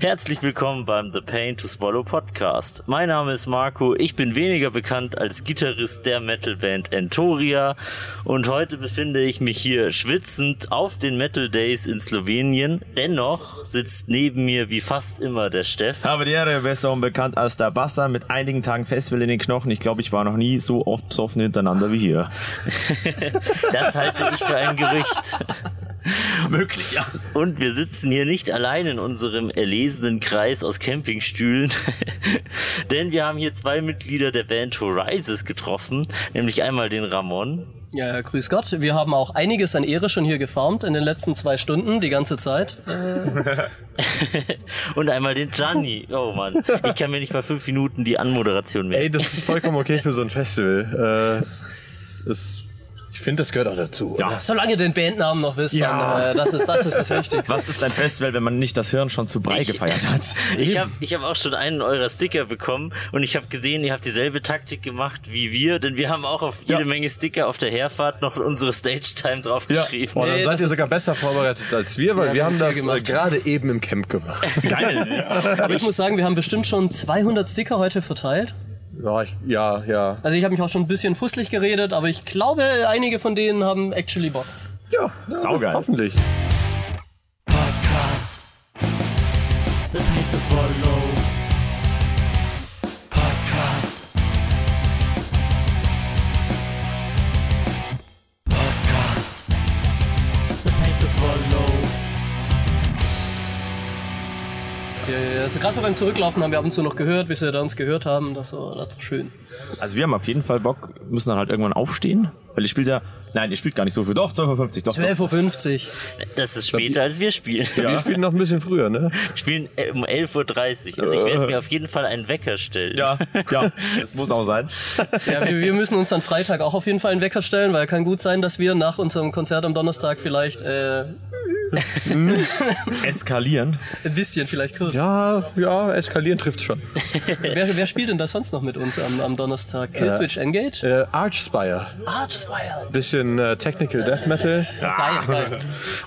Herzlich willkommen beim The Pain to Swallow Podcast. Mein Name ist Marco, ich bin weniger bekannt als Gitarrist der Metalband Entoria und heute befinde ich mich hier schwitzend auf den Metal Days in Slowenien. Dennoch sitzt neben mir wie fast immer der Steff. Habe die Ehre, besser unbekannt als der Basser, mit einigen Tagen Festival in den Knochen. Ich glaube, ich war noch nie so oft besoffen hintereinander wie hier. Das halte ich für ein Gerücht. Möglich, ja. Und wir sitzen hier nicht allein in unserem erlesenen Kreis aus Campingstühlen, denn wir haben hier zwei Mitglieder der Band Horizons getroffen, nämlich einmal den Ramon. Ja, grüß Gott. Wir haben auch einiges an Ehre schon hier gefarmt in den letzten zwei Stunden, die ganze Zeit. und einmal den Gianni. Oh Mann, ich kann mir nicht mal fünf Minuten die Anmoderation merken. Ey, das ist vollkommen okay für so ein Festival. Äh, es- ich finde, das gehört auch dazu. Ja. oder? Solange den Bandnamen noch wisst, Ja. dann, äh, das, ist, das ist das Wichtigste. Was ist ein Festival, wenn man nicht das Hirn schon zu Brei Ich- gefeiert hat? Ich habe ich hab auch schon einen eurer Sticker bekommen und ich habe gesehen, ihr habt dieselbe Taktik gemacht wie wir, denn wir haben auch auf jede Ja. Menge Sticker auf der Herfahrt noch unsere Stage-Time draufgeschrieben. Boah, Oh, dann Nee, seid das ihr ist- sogar besser vorbereitet als wir, weil Ja, wir wir haben haben's ja das äh, gemacht. gerade eben im Camp gemacht. Aber ich muss sagen, wir haben bestimmt schon 200 Sticker heute verteilt. ja, ich, ja, ja. Also ich habe mich auch schon ein bisschen fusselig geredet, aber ich glaube, einige von denen haben actually Bock. Ja, Saugeil. Hoffentlich. Ja, ja, ja. Also gerade so beim Zurücklaufen haben wir ab und zu noch gehört, wie sie da uns gehört haben. Das war, das war schön. Also wir haben auf jeden Fall Bock, müssen dann halt irgendwann aufstehen, weil ihr spielt ja, nein, ihr spielt gar nicht so viel. Doch, 12.50 Uhr, doch, doch. 12.50 Uhr. Das ist später, als wir spielen. Wir spielen noch ein bisschen früher, ne? Wir spielen äh, um 11.30 Uhr. Also ich werde mir auf jeden Fall einen Wecker stellen. Ja, ja, das muss auch sein. Ja, wir, wir müssen uns dann Freitag auch auf jeden Fall einen Wecker stellen, weil kann gut sein, dass wir nach unserem Konzert am Donnerstag vielleicht äh, ein Eskalieren. bisschen, vielleicht kurz. Ja, ja, eskalieren trifft schon. Wer, wer spielt denn da sonst noch mit uns am, am Donnerstag? Killswitch Engage? Äh, Archspire. Archwire. Bisschen äh, Technical Death Metal. Ah, Geil, geil.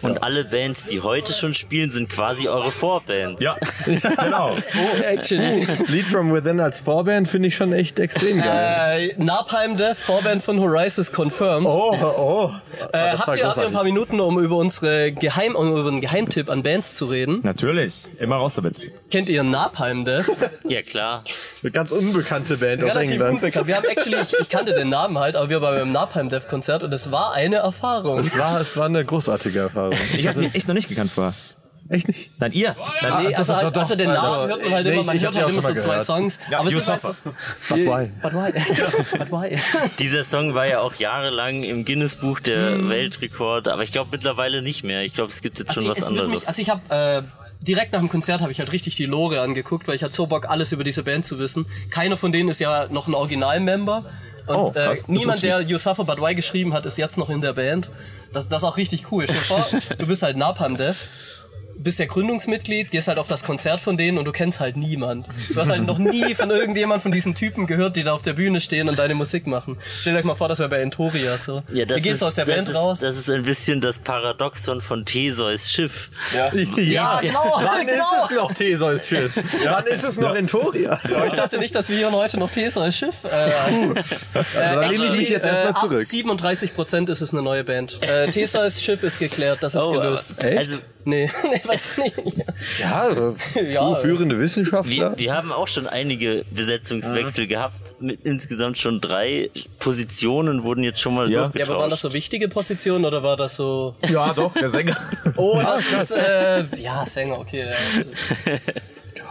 Und alle Bands, die heute schon spielen, sind quasi eure Vorbands. Ja, genau. Oh, actually. Lead From Within als Vorband finde ich schon echt extrem geil. Äh, Napalm Death, Vorband von Horizons confirmed. Oh, oh. äh, das war habt, ihr, habt ihr ein großartig. paar Minuten, um über unsere Geheim, um über einen Geheimtipp an Bands zu reden? Natürlich, immer raus damit. Kennt ihr Napalm Death? Ja, klar. Eine ganz unbekannte Band aus Relativ England. unbekannt. Wir haben actually, ich, ich kannte den Namen halt, aber wir waren beim Napalm Death Konzert und es war eine Erfahrung. Es war, es war eine großartige Erfahrung. Ich habe die echt noch nicht gekannt vorher. Echt nicht? Nein, ihr. Nee, doch, also, doch, halt, doch. also den Namen Also, hört man halt nee, immer, ich- man ich hört hab die halt auch immer so schon mal zwei gehört. Songs. Ja, aber You es ist einfach, Suffer. But why? But why? But why? Dieser Song war ja auch jahrelang im Guinness-Buch der Hm. Weltrekorde, aber ich glaube mittlerweile nicht mehr. Ich glaube, es gibt jetzt Also, schon was es wird anderes. mich, also ich habe äh, direkt nach dem Konzert habe ich halt richtig die Lore angeguckt, weil ich hatte so Bock alles über diese Band zu wissen. Keiner von denen ist ja noch ein Originalmember. Und Oh, krass. äh, Das niemand, wusste ich der You Suffer But Why geschrieben hat, ist jetzt noch in der Band. Das, das ist auch richtig cool. Stell dir vor, du bist halt Napalm Dev, bist ja Gründungsmitglied, gehst halt auf das Konzert von denen und du kennst halt niemand. Du hast halt noch nie von irgendjemand von diesen Typen gehört, die da auf der Bühne stehen und deine Musik machen. Stellt euch mal vor, das wäre bei Entoria so. Ja, das Ihr geht ist- so aus der das Band ist, raus. Das ist ein bisschen das Paradoxon von Theseus Schiff. ja, genau, Wann genau. ist es noch Theseus Schiff? Wann ist es noch Entoria? Aber ich dachte nicht, dass wir hier heute noch TSR Schiff. Äh, Also, da lehne ich actually, mich jetzt erstmal Ab zurück. 37 Prozent ist es eine neue Band. Äh, TSR Schiff ist geklärt, das ist Oh, gelöst. äh, Echt? Also, Nee, nee, weiß nicht. Ja, also, Ja. du, führende wir, Wissenschaftler. wir haben auch schon einige Ah. Besetzungswechsel gehabt. Mit insgesamt schon drei Positionen wurden jetzt schon mal Ja. Ja, aber waren durchgetauscht. das so wichtige Positionen oder war das so. Ja, doch, der Sänger. Oh, das ist. Äh, ja, Sänger, okay. ja.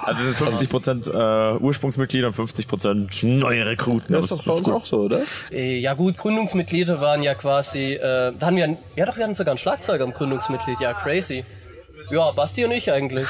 Also sind 50 Prozent äh, Ursprungsmitglieder und 50 Prozent neue Rekruten. Das ist doch bei uns auch so, oder? Äh, Ja, gut, Gründungsmitglieder waren ja quasi. Äh, da hatten wir, ein- ja, doch, wir hatten sogar einen Schlagzeuger im Gründungsmitglied. Ja, crazy. Ja, Basti und ich eigentlich.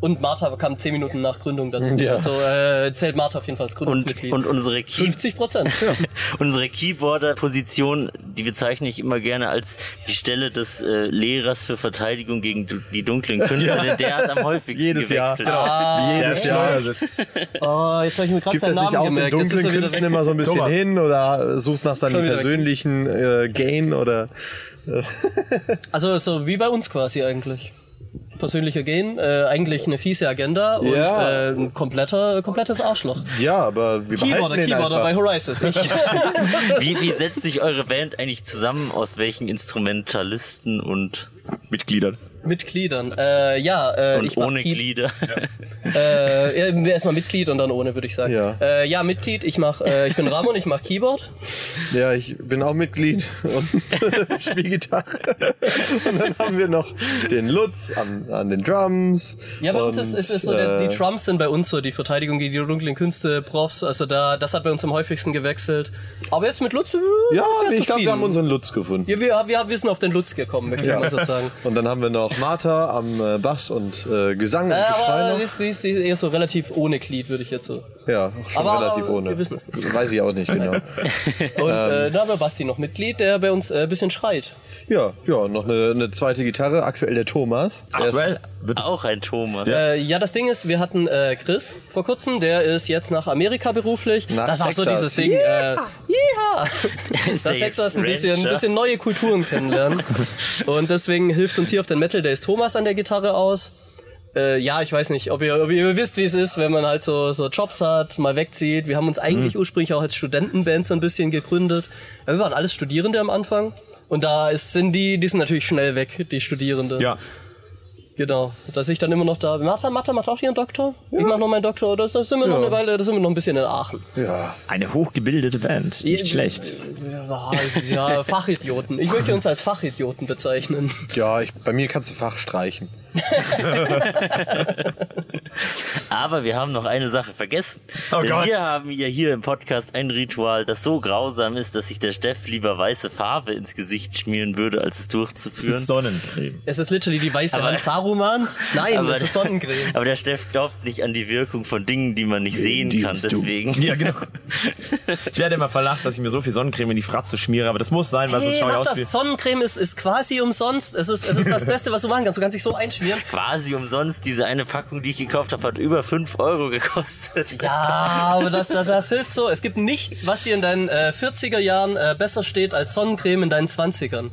Und Martha kam zehn Minuten nach Gründung dazu. Ja. Also äh, zählt Martha auf jeden Fall als und, Gründungsmitglied. und unsere Key 50 Prozent. Unsere Keyboarder-Position, die bezeichne ich immer gerne als die Stelle des äh, Lehrers für Verteidigung gegen du- die dunklen Künste, denn der hat am häufigsten Jedes Jahr. gewechselt. Genau. Jedes Jahr. Also, Oh, jetzt habe ich mir gerade gibt seinen es nicht Namen auch gemerkt. den Jetzt ist dunklen er wieder Künsten weg. immer so ein bisschen Thomas. hin oder sucht nach seinem Schon wieder weg. persönlichen äh, Gain oder. Also so wie bei uns quasi eigentlich. persönlicher Gain, äh, eigentlich eine fiese Agenda und äh, Ja. ein kompletter, komplettes Arschloch. Ja, aber wir Keyboarder, behalten den Keyboarder bei einfach. Horizons. Ich, Wie, wie setzt sich eure Band eigentlich zusammen? Aus welchen Instrumentalisten und, Mitgliedern. mit Gliedern. Äh, ja, äh, ich und mach ohne Key- Glieder? Äh, ja, erstmal Mitglied und dann ohne, würde ich sagen. Ja. Äh, ja, Mitglied, ich mach, äh, ich bin Ramon, ich mach Keyboard. Ja, ich bin auch Mitglied und spiele Gitarre. und dann haben wir noch den Lutz an, an den Drums. Ja, bei und, uns ist, ist, ist so, äh, der, die Trumps sind bei uns so die Verteidigung gegen die dunklen Künste, Profs, also da, das hat bei uns am häufigsten gewechselt. Aber jetzt mit Lutz, äh, Ja, sehr ich glaube, zufrieden. wir haben unseren Lutz gefunden. Ja, wir, wir, wir sind auf den Lutz gekommen, möchte ich mal so sagen. Und dann haben wir noch Martha am äh, Bass und äh, Gesang Äh, und aber Geschrei die noch. ist, die ist, die ist eher so relativ ohne Glied, würde ich jetzt so. Ja, auch schon aber relativ ohne. wir wissen es nicht. Weiß ich auch nicht genau. Und Ähm. äh, da haben wir Basti noch Mitglied, der bei uns äh, ein bisschen schreit. ja, ja, noch eine, eine zweite Gitarre, aktuell der Thomas. Er ist- Aktuell wird es Auch ein Thomas. Äh, ja, das Ding ist, wir hatten äh, Chris vor kurzem, der ist jetzt nach Amerika beruflich. Nach das ist auch so Texas. dieses Ding. Yeah. Äh, yeah. Ist Nach er jetzt Texas ein bisschen, ein Ranger? bisschen neue Kulturen kennenlernen. Und deswegen hilft uns hier auf den Metal Days Thomas an der Gitarre aus. Äh, ja, ich weiß nicht, ob ihr, ob ihr wisst, wie es ist, wenn man halt so, so Jobs hat, mal wegzieht. Wir haben uns eigentlich ursprünglich auch als Studentenband so ein bisschen gegründet. Ja, wir waren alles Studierende am Anfang. Und da ist, sind die, die sind natürlich schnell weg, die Studierende. ja. Genau, dass ich dann immer noch da. Martha, Martha macht auch ihren Doktor. Ich mach noch meinen Doktor. Das, das sind wir noch eine Weile, das sind wir noch ein bisschen in Aachen. Ja, eine hochgebildete Band. Nicht schlecht. Ja, ja, Fachidioten. Ich möchte uns als Fachidioten bezeichnen. ja ich, bei mir kannst du Fach streichen. Aber wir haben noch eine Sache vergessen. Oh Denn Gott. Wir haben ja hier im Podcast ein Ritual, das so grausam ist, dass sich der Steff lieber weiße Farbe ins Gesicht schmieren würde, als es Das ist durchzuführen. Sonnencreme. Es ist literally die weiße Aber- Hand Sarumans. Nein, aber- es ist Sonnencreme. Aber der Steff glaubt nicht an die Wirkung von Dingen, die man nicht sehen Die kann. uns du- Deswegen. Ja, genau. Ich werde immer verlacht, dass ich mir so viel Sonnencreme in die Fratze schmiere, aber das muss sein, weil sonst Hey, schaue ich mach aus das. wie. Sonnencreme ist, ist quasi umsonst. Es ist, es ist das Beste, was du machen kannst. Du kannst dich so einschmieren. Quasi umsonst. Diese eine Packung, die ich gekauft habe, hat über 5 Euro gekostet. Ja, Ah, aber das, das, das hilft so. Es gibt nichts, was dir in deinen äh, 40er Jahren äh, besser steht als Sonnencreme in deinen 20ern.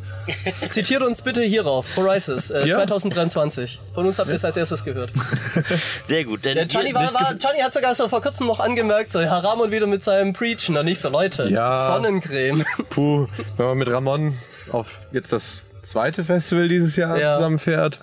Zitiert uns bitte hierauf, Horizons, äh, Ja. 2023. Von uns habt ihr es als erstes gehört. Sehr gut. Denn Der Johnny, ihr- war, war, Johnny hat sogar so vor kurzem noch angemerkt, so ja, Ramon wieder mit seinem Preachen, und nicht so Leute. Ja. Sonnencreme. Puh, wenn man mit Ramon auf jetzt das zweite Festival dieses Jahr Ja. zusammenfährt,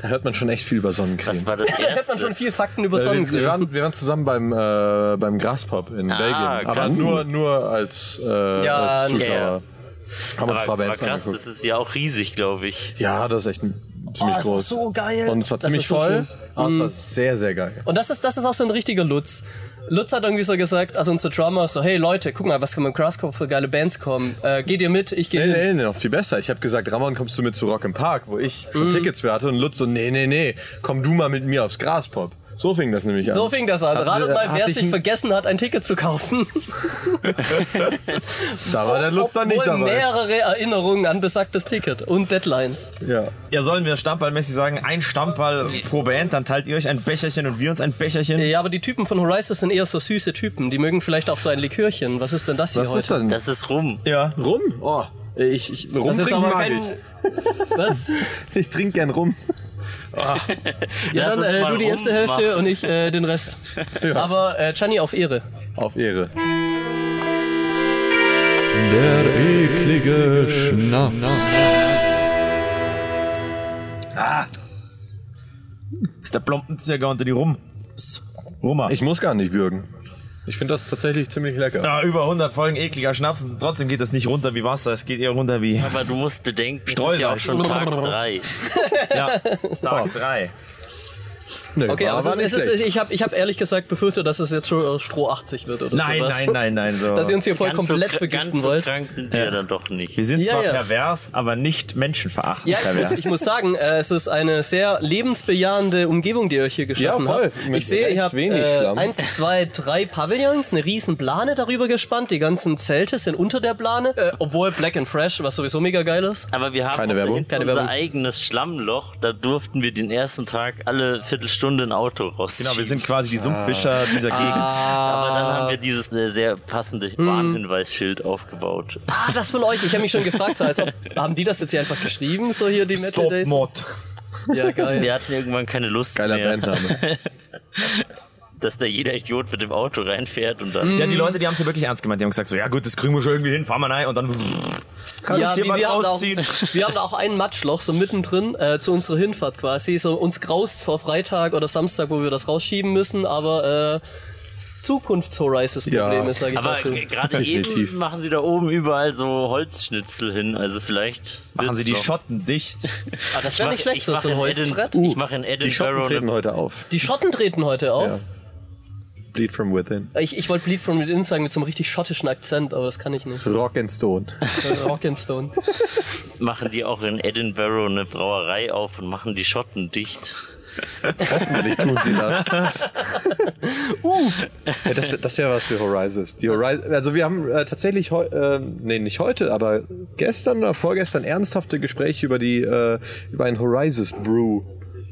da hört man schon echt viel über das Sonnencreme. war das Da hat man schon erste. viel Fakten über Äh, wir, wir, Sonnencreme. waren, wir waren zusammen beim, äh, beim Graspop in Ah, Belgien, aber krass. nur, nur als, äh, Ja, als Zuschauer. ja, ja. Haben uns ein paar Aber, aber Bands krass, angeguckt. das ist ja auch riesig, glaube ich. Ja, Oh, das ist echt ein- ziemlich das war groß. so geil. Und es war Mhm. Das ziemlich ist so voll, schön. aber es war sehr, sehr geil. Und das ist, das ist auch so ein richtiger Lutz. Lutz hat irgendwie so gesagt, also unser Drummer, so, hey Leute, guck mal, was kann man Grasskopf für geile Bands kommen. Äh, geht ihr mit? Ich gehe Nee, hin. nee, nee, noch viel besser. Ich habe gesagt, Ramon, kommst du mit zu Rock im Park, wo ich schon Tickets für hatte und Lutz so, nee, nee, nee, komm du mal mit mir aufs Graspop. So fing das nämlich an. So fing das an. Hat- Ratet mal, hat wer dich sich ein- vergessen hat, ein Ticket zu kaufen. Da war der Lutz dann nicht Obwohl dabei. mehrere Erinnerungen an besagtes Ticket und Deadlines. Ja. Ja, sollen wir stammballmäßig sagen, ein Stammball pro Band, dann teilt ihr euch ein Becherchen und wir uns ein Becherchen. Ja, aber die Typen von Horizons sind eher so süße Typen. Die mögen vielleicht auch so ein Likörchen. Was ist denn das hier Was heute? ist denn? Das ist rum. Ja. Rum? Oh, ich, ich Rum Das ist jetzt trinken aber mag kein... Was? ich. Ich trinke gern Rum. Lass Ja, dann uns äh, mal du die erste rummachen. Hälfte und ich äh, den Rest. Aber äh, Gianni auf Ehre. Auf Ehre. Der eklige Schnaps. Ah, Ist der Plompenzieher unter die rum. Psst. Rummer. Ich muss gar nicht würgen. Ich finde das tatsächlich ziemlich lecker. ja, über 100 Folgen ekliger Schnaps und trotzdem geht das nicht runter wie Wasser, es geht eher runter wie Aber du musst bedenken, es ist Streusalz. ja auch schon Tag 3. ja, Tag 3. Nee, Okay, war- aber es war ist, nicht es ist, schlecht. ich habe ich hab ehrlich gesagt befürchtet, dass es jetzt schon äh, Stroh 80 wird oder Nein, sowas. nein, nein, nein. So. Dass ihr uns hier voll komplett so, kr- vergiften ganz so wollt. krank sind wir ja. dann doch nicht. Wir sind Ja, zwar ja. pervers, aber nicht menschenverachtend Ja, ich, muss- pervers. ich muss sagen, äh, es ist eine sehr lebensbejahende Umgebung, die ihr euch hier geschaffen Ja, voll. habt. Mit Ich sehe, echt ihr habt wenig äh, Schlamm. eins, zwei, drei Pavillons, eine riesen Plane darüber gespannt, die ganzen Zelte sind unter der Plane, äh, obwohl Black and Fresh, was sowieso mega geil ist. Aber wir haben Keine auch Werbung. hinten Keine unser Werbung. eigenes Schlammloch. Da durften wir den ersten Tag alle Viertelstunde ein Auto raus. Genau, wir sind quasi die Sumpffischer dieser Ah. Gegend. Aber dann Ah. haben wir dieses äh, sehr passende Hm. Warnhinweisschild aufgebaut. Ah, das von euch, ich habe mich schon gefragt, so als ob, haben die das jetzt hier einfach geschrieben, so hier die Metal Stop Days? Mod. Ja, geil. Wir hatten irgendwann keine Lust Ah, Geiler mehr, Bandname. dass da jeder Idiot mit dem Auto reinfährt und Hm. dann. Mhm. Ja, die Leute, die haben es ja wirklich ernst gemeint. Die haben gesagt so, ja gut, das kriegen wir schon irgendwie hin, fahren wir rein und dann kann Ja, jetzt wie- jemand wir, haben da auch, ausziehen. wir haben da auch ein Matschloch so mittendrin äh, zu unserer Hinfahrt quasi. So, uns graust vor Freitag oder Samstag, wo wir das rausschieben müssen, aber äh, Zukunftshorizons-Problem Ja. ist, sag ich Aber dazu. g- gerade Definitiv. eben machen sie da oben überall so Holzschnitzel hin, also vielleicht. Machen wird's sie die noch. Schotten dicht. Ah, das wäre mach- nicht schlecht, ich so, mach so ein in Edin- Holzbrett. ich mache in Uh, Die Schotten Edinburgh. treten heute auf. Die Schotten treten heute auf. Ja. Bleed from within. Ich, ich wollte Bleed from Within sagen mit so einem richtig schottischen Akzent, aber das kann ich nicht. Rock and Stone. Rock'n'Stone. machen die auch in Edinburgh eine Brauerei auf und machen die Schotten dicht. Hoffentlich tun sie das. Uh. ja, das das wäre was für Horizons. Die Horizon, also wir haben äh, tatsächlich, heu, ähm, nee, nicht heute, aber gestern oder vorgestern ernsthafte Gespräche über die äh, über einen Horizons Brew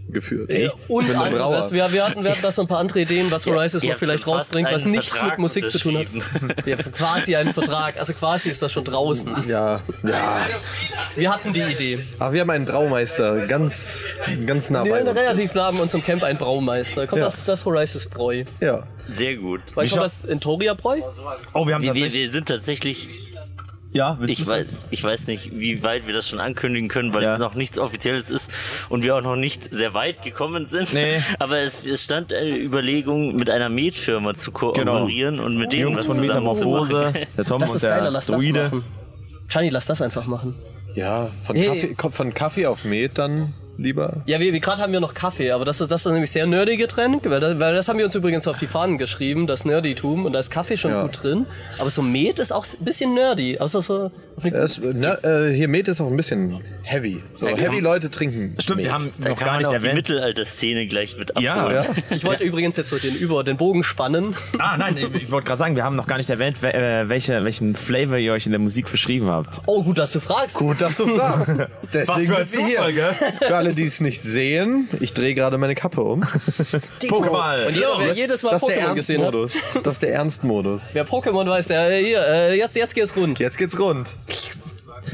geführt. Und Mit anderes. einem Brauer. Wir, wir hatten, wir hatten da so ein paar andere Ideen, was Horizons Ihr noch habt vielleicht schon fast rausbringt, was einen nichts Vertrag mit Musik zu tun hat. unterschrieben. Ja, quasi einen Vertrag. Also quasi ist das schon draußen. Ja, ja. Wir hatten die Idee. Aber wir haben einen Braumeister, ganz, ganz nah bei Wir haben uns. relativ nah bei unserem Camp ein Braumeister. Kommt Ja. das, das Horizons Bräu? Ja. Sehr gut. Weil kommt das Entoria Bräu? Also Oh, wir haben Wir, wir, tatsächlich... wir sind tatsächlich, ja, willst ich du's weiß, ich weiß nicht, wie weit wir das schon ankündigen können, weil Ja. es noch nichts Offizielles ist und wir auch noch nicht sehr weit gekommen sind. Nee. Aber es, es stand eine Überlegung, mit einer Metfirma zu kooperieren und mit Genau. Die denen Jungs was von zusammen zu Metamorphose, machen. der Tom Das und ist der geiler, lass das Druide. machen. Shani, lass das einfach machen. Ja, von, Nee. Kaffee, ko- von Kaffee auf Met dann lieber. Ja, wir, wir gerade haben wir noch Kaffee, aber das ist, das ist nämlich sehr nerdy getrennt, weil das, weil das haben wir uns übrigens auf die Fahnen geschrieben, das Nerdytum, und da ist Kaffee schon Ja. gut drin, aber so Met ist auch ein bisschen nerdy, außer so auf eine, Das, ne, äh, hier Met ist auch ein bisschen heavy. So, heavy genau. Leute trinken. Stimmt, wir haben Da noch kann gar man nicht auch die erwähnt. Mittelalter-Szene gleich mit abholen. Ja. Ja. Ich wollte übrigens jetzt so den über den Bogen spannen. Ah, nein, ich, ich wollte gerade sagen, wir haben noch gar nicht erwähnt, we- äh, welche, welchen Flavor ihr euch in der Musik verschrieben habt. Oh, gut, dass du fragst. Gut, dass du fragst. Deswegen sind wir hier. Für alle, die es nicht sehen, ich drehe gerade meine Kappe um. Pokéball. Und jeder, wer jedes Mal Das ist der Pokémon gesehen hat. Ernstmodus. Das ist der Ernstmodus. Wer Pokémon weiß, der äh, hier, äh, jetzt, jetzt geht's rund. Jetzt geht's rund.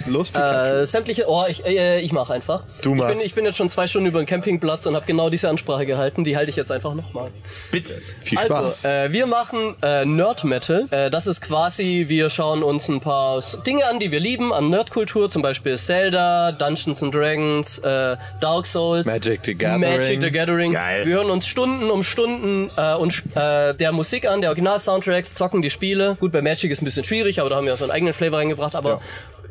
Los, Pikachu. Äh, sämtliche, oh, ich, äh, ich mache einfach. Du ich bin, machst. ich bin jetzt schon zwei Stunden über den Campingplatz und habe genau diese Ansprache gehalten. Die halte ich jetzt einfach nochmal. Bitte. Viel Spaß. Also, äh, wir machen äh, Nerd Metal. Äh, das ist quasi, wir schauen uns ein paar S- Dinge an, die wir lieben an Nerdkultur, zum Beispiel Zelda, Dungeons and Dragons, äh, Dark Souls, Magic the Gathering. Magic the Gathering. Geil. Wir hören uns Stunden um Stunden äh, und sch- äh, der Musik an, der Original-Soundtracks, zocken die Spiele. Gut, bei Magic ist ein bisschen schwierig, aber da haben wir unseren eigenen Flavor reingebracht. Aber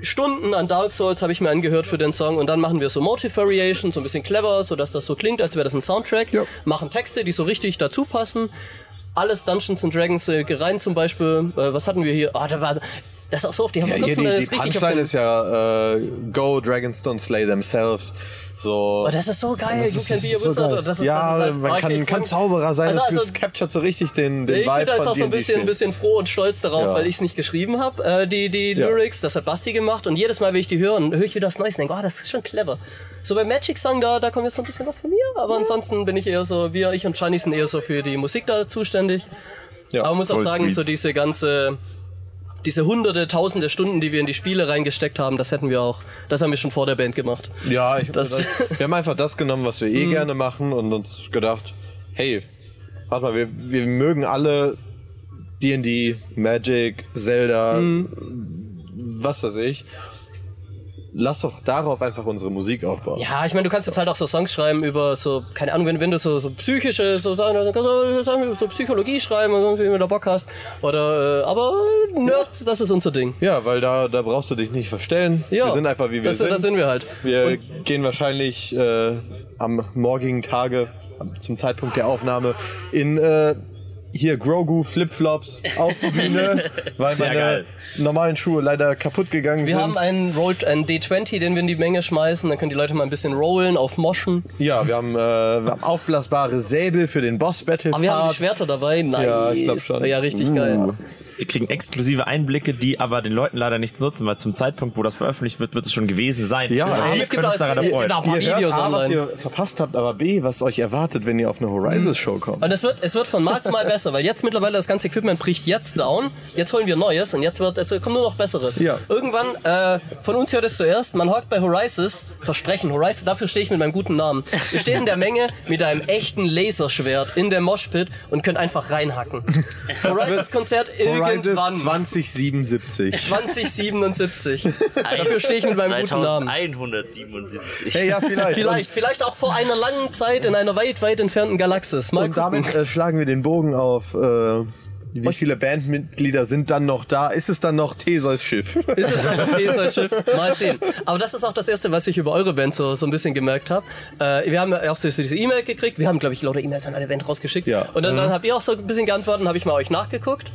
Stunden an Dark Souls habe ich mir angehört für den Song und dann machen wir so Motive Variations, so ein bisschen clever, sodass das so klingt, als wäre das ein Soundtrack. Ja. Machen Texte, die so richtig dazu passen. Alles Dungeons and Dragons äh, rein zum Beispiel. Äh, was hatten wir hier? Ah, da war. Das ist auch so oft, die haben ja, wir hier kurz die, die richtig auf Punchline den- ist ja äh, Go Dragonstone Slay Themselves. So. Oh, das ist so geil. Das you ist- can das be a ist so wizard. geil. das ist, ja, das ist halt, man okay, kann, voll- kann Zauberer sein. Also, das also, das captured so richtig den, ich den Vibe bin da jetzt von auch so ein D&D bisschen, -Spielen. bisschen froh und stolz darauf, Ja. weil ich es nicht geschrieben habe, äh, die, die Ja. Lyrics. Das hat Basti gemacht und jedes Mal, wenn ich die höre, höre ich wieder das Neues und denke, oh, das ist schon clever. So bei Magic Song, da, da kommt jetzt so ein bisschen was von mir, aber ansonsten bin ich eher so, wir, ich und Chani sind eher so für die Musik da zuständig. Ja, aber man muss auch voll sagen, sweet. so diese ganze, diese hunderte, tausende Stunden, die wir in die Spiele reingesteckt haben, das hätten wir auch, das haben wir schon vor der Band gemacht. Ja, ich hab Das- Mhm. mir gedacht, wir haben einfach das genommen, was wir eh gerne machen und uns gedacht, hey, warte mal, wir, wir mögen alle D&D, Magic, Zelda, Mhm. was weiß ich. Lass doch darauf einfach unsere Musik aufbauen. Ja, ich meine, du kannst jetzt halt auch so Songs schreiben über so, keine Ahnung, wenn, wenn du so, so psychische, so, so, so, so Psychologie schreiben oder so, wie du da Bock hast. Oder, äh, aber Nerd, das ist unser Ding. Ja, weil da, da brauchst du dich nicht verstellen. Ja, wir sind einfach, wie wir das, sind. Das sind wir halt. Wir gehen wahrscheinlich äh, am morgigen Tage, am- zum Zeitpunkt der Aufnahme, in äh, hier Grogu Flipflops auf die Bühne, weil Sehr meine geil. normalen Schuhe leider kaputt gegangen Wir sind. haben einen, Roll, einen D20, den wir in die Menge schmeißen, dann können die Leute mal ein bisschen rollen auf Moschen. ja, wir haben, äh, wir haben aufblasbare Säbel für den Boss Battle. Ah, Aber wir haben die Schwerter dabei. Nice. Ja, ich glaub schon. Ja, richtig geil. Wir kriegen exklusive Einblicke, die aber den Leuten leider nicht nutzen, weil zum Zeitpunkt, wo das veröffentlicht wird, wird es schon gewesen sein. Ja, aber aber wir Ah, können es gibt uns auch- daran es erfreuen. gibt auch- paar ihr hört Videos A, was online. ihr verpasst habt, aber B, was euch erwartet, wenn ihr auf eine Horizons-Show kommt. Und es wird, es wird von Mal zu Mal besser, weil jetzt mittlerweile das ganze Equipment bricht jetzt down. Jetzt holen wir Neues und jetzt wird es kommt nur noch Besseres. Ja. Irgendwann, äh, von uns hört es zuerst, man hockt bei Horizons, Versprechen, Horizons, dafür stehe ich mit meinem guten Namen. Wir stehen in der Menge mit einem echten Laserschwert in der Moshpit und können einfach reinhacken. Horizons Konzert irgendwann. Horizons 2077. 2077. Dafür stehe ich mit meinem guten Namen. 2177. Hey, ja, vielleicht. Vielleicht, vielleicht auch vor einer langen Zeit in einer weit, weit entfernten Galaxis. Mal Und, und gucken. damit äh, schlagen wir den Bogen auf. Äh, wie viele Bandmitglieder sind dann noch da? Ist es dann noch Theseus Schiff? Ist es ein Laserschiff? Mal sehen. Aber das ist auch das Erste, was ich über eure Band so, so ein bisschen gemerkt habe. Äh, wir haben ja auch so diese E-Mail gekriegt. Wir haben, glaube ich, lauter E-Mails an alle Band rausgeschickt. Ja. Mhm. Und dann, dann habt ihr auch so ein bisschen geantwortet und habe ich mal euch nachgeguckt.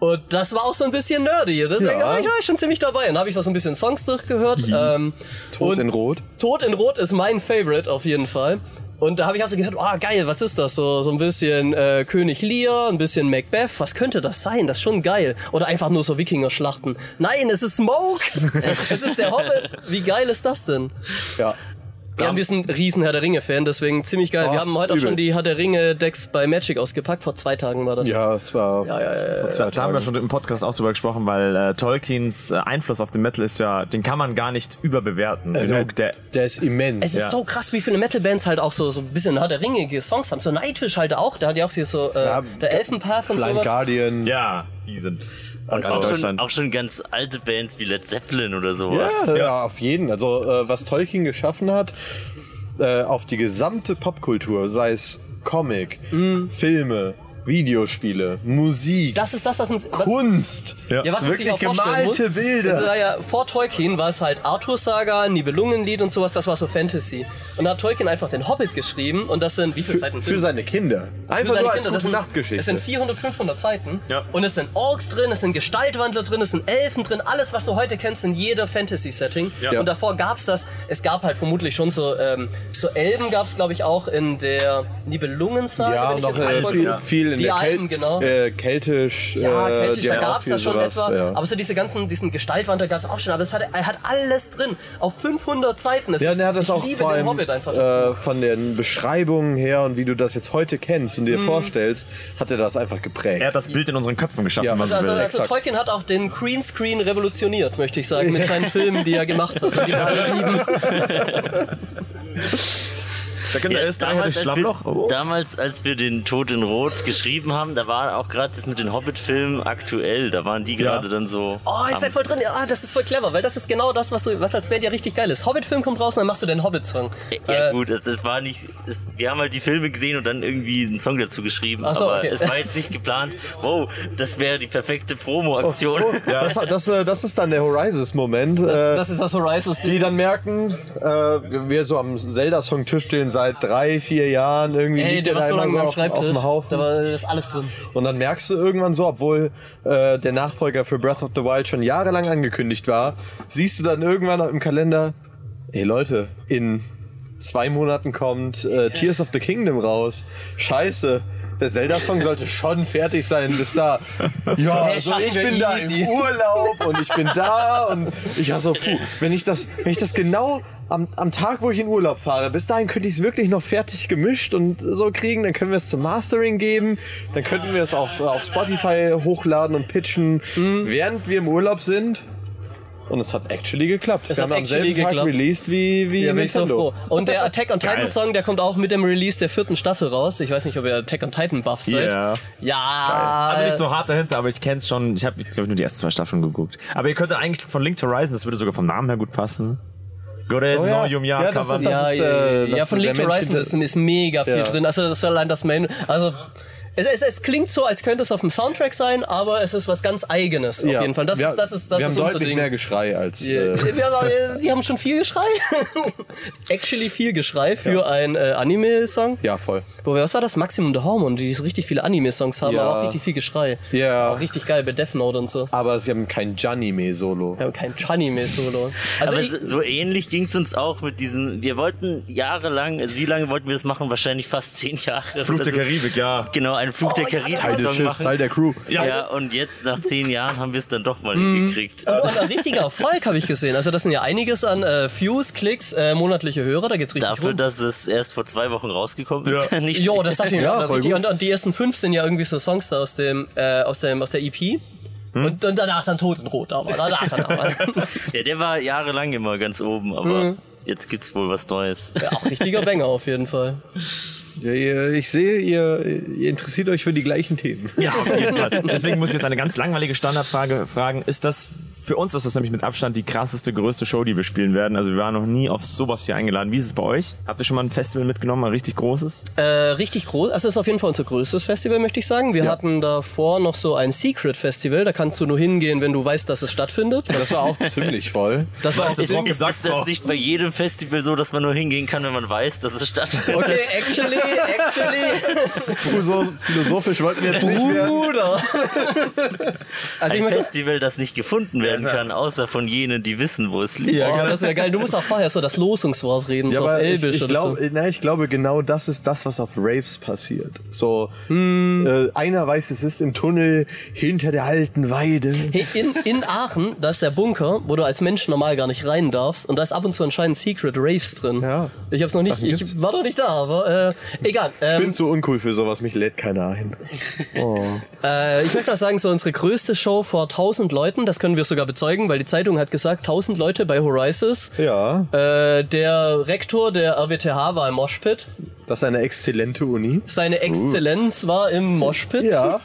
Und das war auch so ein bisschen nerdy. Deswegen Ja. Mhm. war, ich, war ich schon ziemlich dabei. Dann habe ich so ein bisschen Songs durchgehört. Ähm, Rot und- in Rot. Tod in Rot ist mein Favorite auf jeden Fall. Und da habe ich also gedacht, ah geil, was ist das? So, so ein bisschen äh, König Lear, ein bisschen Macbeth, was könnte das sein? Das ist schon geil. Oder einfach nur so Wikinger-Schlachten. Nein, es ist Smoke! es ist der Hobbit. Wie geil ist das denn? Ja. Ja, wir sind ein riesen Herr der Ringe-Fan, deswegen ziemlich geil. wir Ah, haben heute auch übel. schon die Herr der Ringe-Decks bei Magic ausgepackt, vor zwei Tagen war das. Ja, es war. Ja, ja, ja, Da haben wir schon im Podcast auch drüber gesprochen, weil äh, Tolkiens äh, Einfluss auf den Metal ist ja, den kann man gar nicht überbewerten. Genug der, Der ist immens. Es ist so krass, wie viele Metal-Bands halt auch so, so ein bisschen Herr der Ringe-Songs haben. So Nightwish halt auch, der hat ja auch hier so äh, Ja, der Elfenpath und Blind sowas. Guardian. ja, die sind Also in auch, schon, Deutschland. auch schon ganz alte Bands wie Led Zeppelin oder Ja, sowas. ja, auf jeden. Also äh, was Tolkien geschaffen hat, äh, auf die gesamte Popkultur, sei es Comic, Filme, Videospiele, Musik, Mhm. Das ist das, was uns. Was, Kunst, Ja, was man sich wirklich auch vorstellen muss, gemalte Das Bilder. war ja, vor Tolkien war es halt Arthur-Saga, Nibelungenlied und sowas, das war so Fantasy. Und da hat Tolkien einfach den Hobbit geschrieben und das sind, wie viele Seiten Für, für sind seine Kinder. Für Einfach seine nur Kinder, das als sind- Nachtgeschichte. Es sind 400, 500 Seiten Ja. und es sind Orks drin, es sind Gestaltwandler drin, es sind Elfen drin, alles, was du heute kennst in jeder Fantasy-Setting. Ja. Und davor gab es das, es gab halt vermutlich schon so, ähm, so Elben gab es, glaube ich, auch in der Nibelungen-Saga. ja, wenn und ich noch jetzt äh, richtig viel, voll- viel in Die der Alpen, genau. äh, keltisch. Ja, äh, Keltisch, die da haben auch gab's viel das schon sowas, etwa. Ja. Aber so diese ganzen, diesen Gestaltwandler gab's auch schon. Aber das hat, er hat alles drin. Auf 500 Seiten. Das Ja, ist, und er hat das ich auch liebe vor den allem Hobbit einfach. äh, von den Beschreibungen her und wie du das jetzt heute kennst und dir Mhm. vorstellst, hat er das einfach geprägt. Er hat das Bild in unseren Köpfen geschaffen, Ja, was also, also, will. also exakt. Tolkien hat auch den Greenscreen revolutioniert, möchte ich sagen, mit seinen Filmen, die er gemacht hat. Die wir alle lieben. Da könnte Ja, er ist daher das als wir, Schlammloch. Oh. damals, als wir den Tod in Rot geschrieben haben, da war auch gerade das mit den Hobbit-Filmen aktuell. Da waren die gerade dann so. Oh, ist halt voll drin. Ah, das ist voll clever, weil das ist genau das, was, du, was als Band ja richtig geil ist. Hobbit-Film kommt raus und dann machst du den Hobbit-Song. Ja Äh, gut, es, es war nicht. Es, wir haben halt die Filme gesehen und dann irgendwie einen Song dazu geschrieben, Ach so, aber okay. es war jetzt nicht geplant. Wow, das wäre die perfekte Promo-Aktion. Das, hat- das, äh, das ist dann der Horizons-Moment. äh, das ist das Horizons. die dann merken, äh, wir so am Zelda-Song tüfteln seit drei, vier Jahren irgendwie. Ey, liegt der war da so immer lange am auf, auf Schreibtisch. dem Da Haufen. war da ist alles drin. Und dann merkst du irgendwann so, obwohl äh, der Nachfolger für Breath of the Wild schon jahrelang angekündigt war, siehst du dann irgendwann im Kalender, ey Leute, in zwei Monaten kommt äh, Tears of the Kingdom raus. Scheiße. Der Zelda-Song sollte schon fertig sein bis da. Ja, Hey, also schaffen ich wir bin da easy. im Urlaub und ich bin da und ich war so, puh, wenn ich das, wenn ich das genau am, am Tag, wo ich in Urlaub fahre, bis dahin könnte ich es wirklich noch fertig gemischt und so kriegen, dann können wir es zum Mastering geben, dann könnten wir es auf, äh, auf Spotify hochladen und pitchen, Mhm. während wir im Urlaub sind. Und es hat actually geklappt. Es hat wir haben am actually selben Tag geklappt. released wie, wie Ja, bin ich so Nintendo. froh. Und der Attack on Titan Song, der kommt auch mit dem Release der vierten Staffel raus. Ich weiß nicht, ob ihr Attack on Titan Buffs seid. Ja. Ja. Also nicht so hart dahinter, aber ich kenn's schon. Ich habe, glaube ich, nur die ersten zwei Staffeln geguckt. Aber ihr könntet eigentlich von Link to Horizon, das würde sogar vom Namen her gut passen. Gore Oh ja. no Yum Ja, Ja, das Kavan. ist das. ja, ja, ja, äh, ja. ja, das von ist Link der to Mensch Horizon hinter- ist, ist mega viel Ja. drin. Also das ist allein das Main. Also es, es, es klingt so, als könnte es auf dem Soundtrack sein, aber es ist was ganz eigenes auf Ja. jeden Fall. Das wir, ist das ist das wir ist haben unser deutlich Ding. mehr Geschrei als... Äh, Äh, wir haben, äh, die haben schon viel Geschrei. Actually viel Geschrei für ein äh, Anime-Song. ja, voll. Wobei, was war das? Maximum the Hormone, die so richtig viele Anime-Songs haben, Ja. aber auch richtig viel Geschrei. Ja. Auch richtig geil bei Death Note und so. Aber sie haben kein Janime-Solo. Wir haben kein Chanime-Solo. Also Aber ich, so- so ähnlich ging es uns auch mit diesem. Wir wollten jahrelang, also wie lange wollten wir das machen? Wahrscheinlich fast zehn Jahre. Flug Also- der Karibik, ja. Genau, einen Flug der Teil des Karibik-Song Schiffs, machen. Teil der Crew. Ja. und jetzt nach zehn Jahren haben wir es dann doch mal Mhm. hingekriegt. Und, und ein richtiger Erfolg habe ich gesehen. Also das sind ja einiges an äh, Views, Klicks, äh, monatliche Hörer, da geht's richtig Dafür, rum. dass es erst vor zwei Wochen rausgekommen ist. Ja. Nicht Jo, das darf ich Ja, ja, voll richtig. gut. Und, und die ersten fünf sind ja irgendwie so Songs da aus dem, äh, aus dem, aus der EP. Und, und danach dann Totenrot, aber danach dann aber. ja, der war jahrelang immer ganz oben, aber Mhm. jetzt gibt's wohl was Neues. Ja, auch richtiger Banger auf jeden Fall. Ja, ihr, ich sehe, ihr, ihr interessiert euch für die gleichen Themen. Ja, auf jeden Fall. Deswegen muss ich jetzt eine ganz langweilige Standardfrage fragen. Ist das, für uns ist das nämlich mit Abstand die krasseste, größte Show, die wir spielen werden. Also wir waren noch nie auf sowas hier eingeladen. Wie ist es bei euch? Habt ihr schon mal ein Festival mitgenommen, mal richtig großes? Äh, richtig groß. Also es ist auf jeden Fall unser größtes Festival, möchte ich sagen. Wir hatten davor noch so ein Secret Festival. Da kannst du nur hingehen, wenn du weißt, dass es stattfindet. Das war auch ziemlich voll. Das war auch Das Wort Ist gesagt, Frau. das nicht bei jedem Festival so, dass man nur hingehen kann, wenn man weiß, dass es stattfindet? Okay, also actually, actually, Philosoph- Philosophisch wollten wir jetzt nicht werden. Bruder. Also ich Ein möchte, Festival, das nicht gefunden werden kann, außer von jenen, die wissen, wo es liegt. ja, oh, das wäre geil. Du musst auch vorher so das Losungswort reden, Ja, so auf aber ich, Elbisch ich, oder glaub, so. na, ich glaube, genau das ist das, was auf Raves passiert. So, äh, einer weiß, es ist im Tunnel hinter der alten Weide. Hey, in, in Aachen, da ist der Bunker, wo du als Mensch normal gar nicht rein darfst. Und da ist ab und zu anscheinend Secret Raves drin. Ja. Ich hab's noch nicht, Sachen gibt's. ich war doch nicht da, aber äh, egal. Ich Ähm, bin zu uncool für sowas, mich lädt keiner ein. Oh. Äh, ich möchte auch sagen, so unsere größte Show vor 1000 Leuten, das können wir sogar bezeugen, weil die Zeitung hat gesagt, 1000 Leute bei Horizons. Ja, Äh, der Rektor der RWTH war im Moshpit. das ist eine exzellente Uni. Seine Exzellenz war im Moshpit. Ja.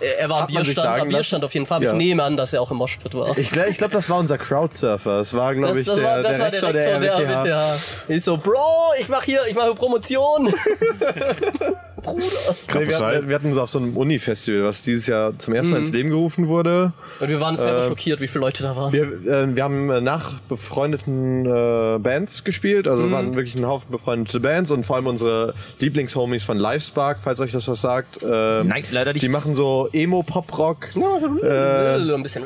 Er er war am Hat man sich Bierstand, am sagen Bierstand auf jeden Fall. aber Ja. Ich nehme an, dass er auch im Moshpit war. Ich glaube, ich glaub, das war unser Crowdsurfer. Das war, glaube ich, der, der, Rektor der, RWTH. Ich so, Bro, ich mach hier, ich mache Promotion. Nee, wir, Scheiß. hatten, wir hatten uns auf so einem Uni-Festival, was dieses Jahr zum ersten Mal Mhm. ins Leben gerufen wurde. Und wir waren Ähm. selber schockiert, wie viele Leute da waren. Wir, äh, wir haben äh, nach befreundeten äh, Bands gespielt, Mhm. also waren wirklich ein Haufen befreundete Bands und vor allem unsere Lieblingshomies von Livespark, falls euch das was sagt. Äh, Nein, leider nicht. Die machen so Emo-Pop-Rock äh, ein bisschen.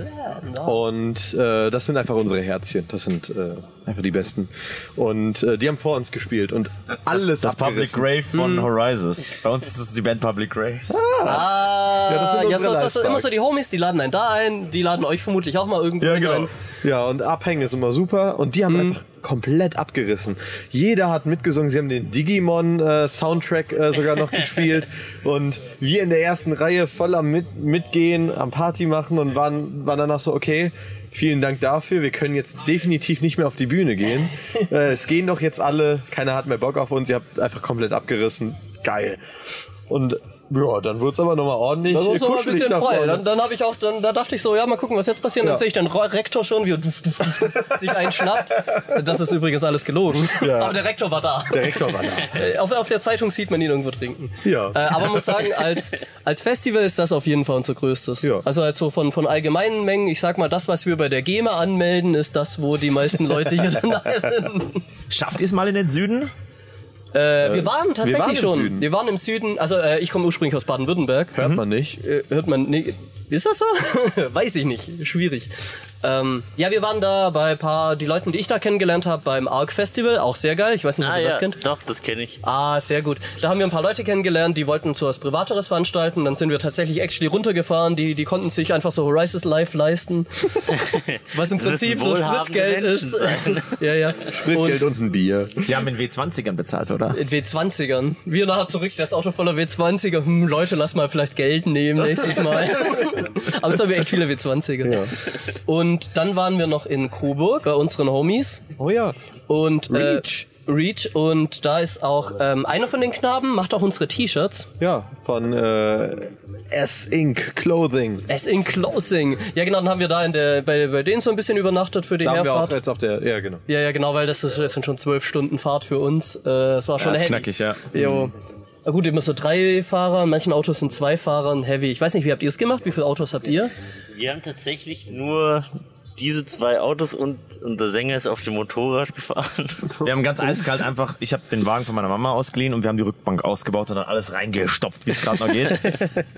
und äh, das sind einfach unsere Herzchen. Das sind äh, einfach die Besten. Und äh, die haben vor uns gespielt und alles Das Public abgerissen. Mhm. Grave von Horizons. Bei uns ist es die Band Public Grave. Ah, das sind ja, so, unsere so, so, Livesparks. immer so die Homies, die laden einen da ein, die laden euch vermutlich auch mal irgendwo Ja, genau. ein. Ja, und abhängen ist immer super. Und die Mhm. haben einfach komplett abgerissen. Jeder hat mitgesungen. Sie haben den Digimon-Soundtrack äh, sogar noch gespielt. Und wir in der ersten Reihe voll am mit Mitgehen, am Party machen und waren, waren danach so, okay, vielen Dank dafür. Wir können jetzt definitiv nicht mehr auf die Bühne gehen. äh, es gehen doch jetzt alle. Keiner hat mehr Bock auf uns. Ihr habt einfach komplett abgerissen. Geil. Und ja, dann wurde es aber nochmal ordentlich Das ist äh, so ein kuschelig bisschen da frei. vorne. Dann, dann habe ich auch, dann, da dachte ich so, ja, mal gucken, was jetzt passiert. Dann Ja. sehe ich den Re- Rektor schon, wie er duf, duf, duf, sich einschnappt. Das ist übrigens alles gelogen. Aber der Rektor war da. Der Rektor war da. Äh, Auf, auf der Zeitung sieht man ihn irgendwo trinken. Ja. Äh, aber man muss sagen, als, als Festival ist das auf jeden Fall unser größtes. Ja. Also als so von, von allgemeinen Mengen, ich sag mal, das, was wir bei der GEMA anmelden, ist das, wo die meisten Leute hier dann da sind. Schafft ihr es mal in den Süden? Äh, wir waren tatsächlich waren im schon. Süden. Wir waren im Süden. Also äh, ich komme ursprünglich aus Baden-Württemberg. Hört man nicht. Äh, hört man? Nee, ist das so? Weiß ich nicht. Schwierig. Ähm, ja, wir waren da bei ein paar die Leuten, die ich da kennengelernt habe beim Arc Festival. Auch sehr geil. Ich weiß nicht, ob Ah ihr ja, das kennt. doch, das kenne ich. Ah, sehr gut. Da haben wir ein paar Leute kennengelernt, die wollten so was Privateres veranstalten. Dann sind wir tatsächlich actually runtergefahren. Die, die konnten sich einfach so Horizons Live leisten. was im Das müssen Prinzip so wohlhabende Spritgeld Menschen ist. ja, ja. Spritgeld und ein Bier. Sie haben in W20ern bezahlt, oder? In W20ern. Wir nachher zurück, das Auto voller W20er. Hm, Leute, lass mal vielleicht Geld nehmen nächstes Mal. Aber jetzt haben wir echt viele W20er. Und dann waren wir noch in Coburg bei unseren Homies. Oh ja. Und, äh, Reach. Reach. Und da ist auch ähm, einer von den Knaben, macht auch unsere T-Shirts. Ja, von äh, S-Inc Clothing. Es in Closing. Ja, genau, dann haben wir da in der, bei, bei denen so ein bisschen übernachtet für die Da haben wir auch Herfahrt. jetzt auf der. Ja, genau. Ja, ja, genau, weil das, ist, das sind schon zwölf Stunden Fahrt für uns. Äh, das war schon das ist heavy. knackig, ja. Jo. Na gut, immer so drei Fahrer, in manchen Autos sind zwei Fahrer und heavy. Ich weiß nicht, wie habt ihr es gemacht? Wie viele Autos habt ihr? Wir haben tatsächlich nur diese zwei Autos und unser Sänger ist auf dem Motorrad gefahren. Wir haben ganz eiskalt einfach, ich habe den Wagen von meiner Mama ausgeliehen und wir haben die Rückbank ausgebaut und dann alles reingestopft, wie es gerade noch geht. und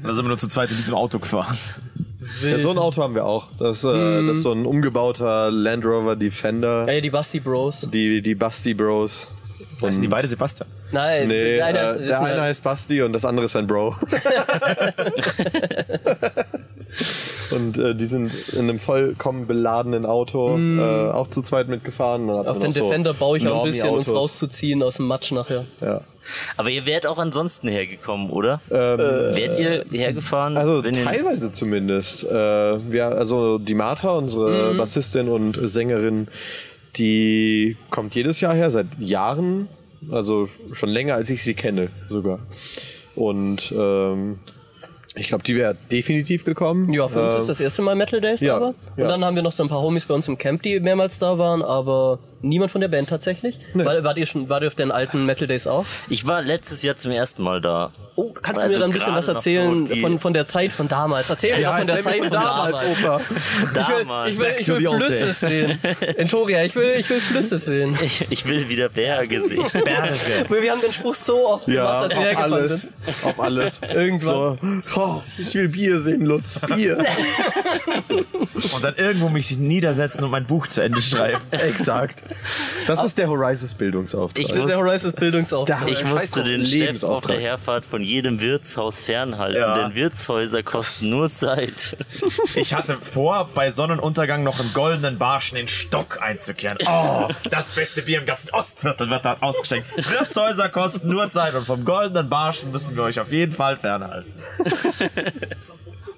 dann sind wir nur zu zweit in diesem Auto gefahren. Ja, so ein Auto haben wir auch. Das, äh, Mhm. das ist so ein umgebauter Land Rover Defender. Ja, ja, die Basti Bros. Die, die Basti Bros. Heißen die beide Sebastian? Nein, Nee, der eine äh, ist- ist der eine- eine heißt Basti und das andere ist sein Bro. und äh, die sind in einem vollkommen beladenen Auto äh, auch zu zweit mitgefahren. Dann hat Mhm. auf man den noch so Defender baue ich auch ein bisschen, um uns Normie-Autos. rauszuziehen aus dem Matsch nachher. Ja. Aber ihr wärt auch ansonsten hergekommen, oder? wärt ihr hergefahren? Also wenn ihr- teilweise zumindest. Äh, wir, also die Martha, Mhm. unsere Bassistin und Sängerin, die kommt jedes Jahr her, seit Jahren, also schon länger als ich sie kenne sogar. Und ähm, ich glaube, die wäre definitiv gekommen. Ähm, Ja, für uns ist das erste Mal Metal Days Äh, ja, aber. ja. Und dann haben wir noch so ein paar Homies bei uns im Camp, die mehrmals da waren, aber niemand von der Band tatsächlich. War, wart ihr schon, wart ihr auf den alten Metal Days auch? Ich war letztes Jahr zum ersten Mal da. Oh, Also kannst du mir dann ein bisschen gerade was noch erzählen so die- von, von der Zeit von damals? Erzähl mir doch von der erzähl Zeit mir von damals. Opa. Damals. Ich will, ich will, ich will Flüsse sehen. Entoria, ich will, ich will Flüsse sehen. Ich, ich will wieder Berge sehen. Berge. Wir haben den Spruch so oft Ja, gemacht, als wir auf hergefahren alles. sind. Auf alles. ne? Irgendwann. So, oh, ich will Bier sehen, Lutz. Bier. Und dann irgendwo mich niedersetzen und mein Buch zu Ende schreiben. Exakt. Das ist der Horizons Bildungsauftrag. Ich Also der Horizons Bildungsauftrag. Ich Scheiß musste drauf, den Steps auf Lebensauftrag. der Herfahrt von jedem Wirtshaus fernhalten, Ja. denn Wirtshäuser kosten nur Zeit. Ich hatte vor, bei Sonnenuntergang noch im goldenen Barschen den Stock einzukehren. Oh, das beste Bier im ganzen Ostviertel wird dort ausgeschenkt. Wirtshäuser kosten nur Zeit und vom goldenen Barschen müssen wir euch auf jeden Fall fernhalten.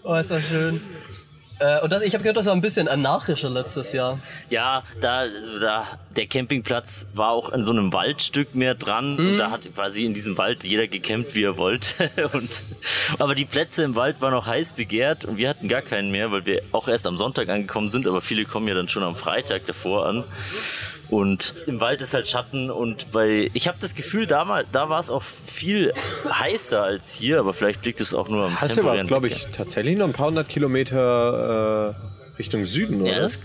Oh, ist das schön. Äh, und das, ich habe gehört, das war ein bisschen anarchischer letztes Jahr. Ja, da, da der Campingplatz war auch an so einem Waldstück mehr dran Hm. und da hat quasi in diesem Wald jeder gecampt, wie er wollte. Und, aber die Plätze im Wald waren noch heiß begehrt und wir hatten gar keinen mehr, weil wir auch erst am Sonntag angekommen sind, aber viele kommen ja dann schon am Freitag davor an. Und im Wald ist halt Schatten und bei ich habe das Gefühl, damals da war es auch viel heißer als hier, aber vielleicht liegt es auch nur am Hast du aber, temporären glaube Wetter. ich, tatsächlich noch ein paar hundert Kilometer äh, Richtung Süden, oder? Ja, das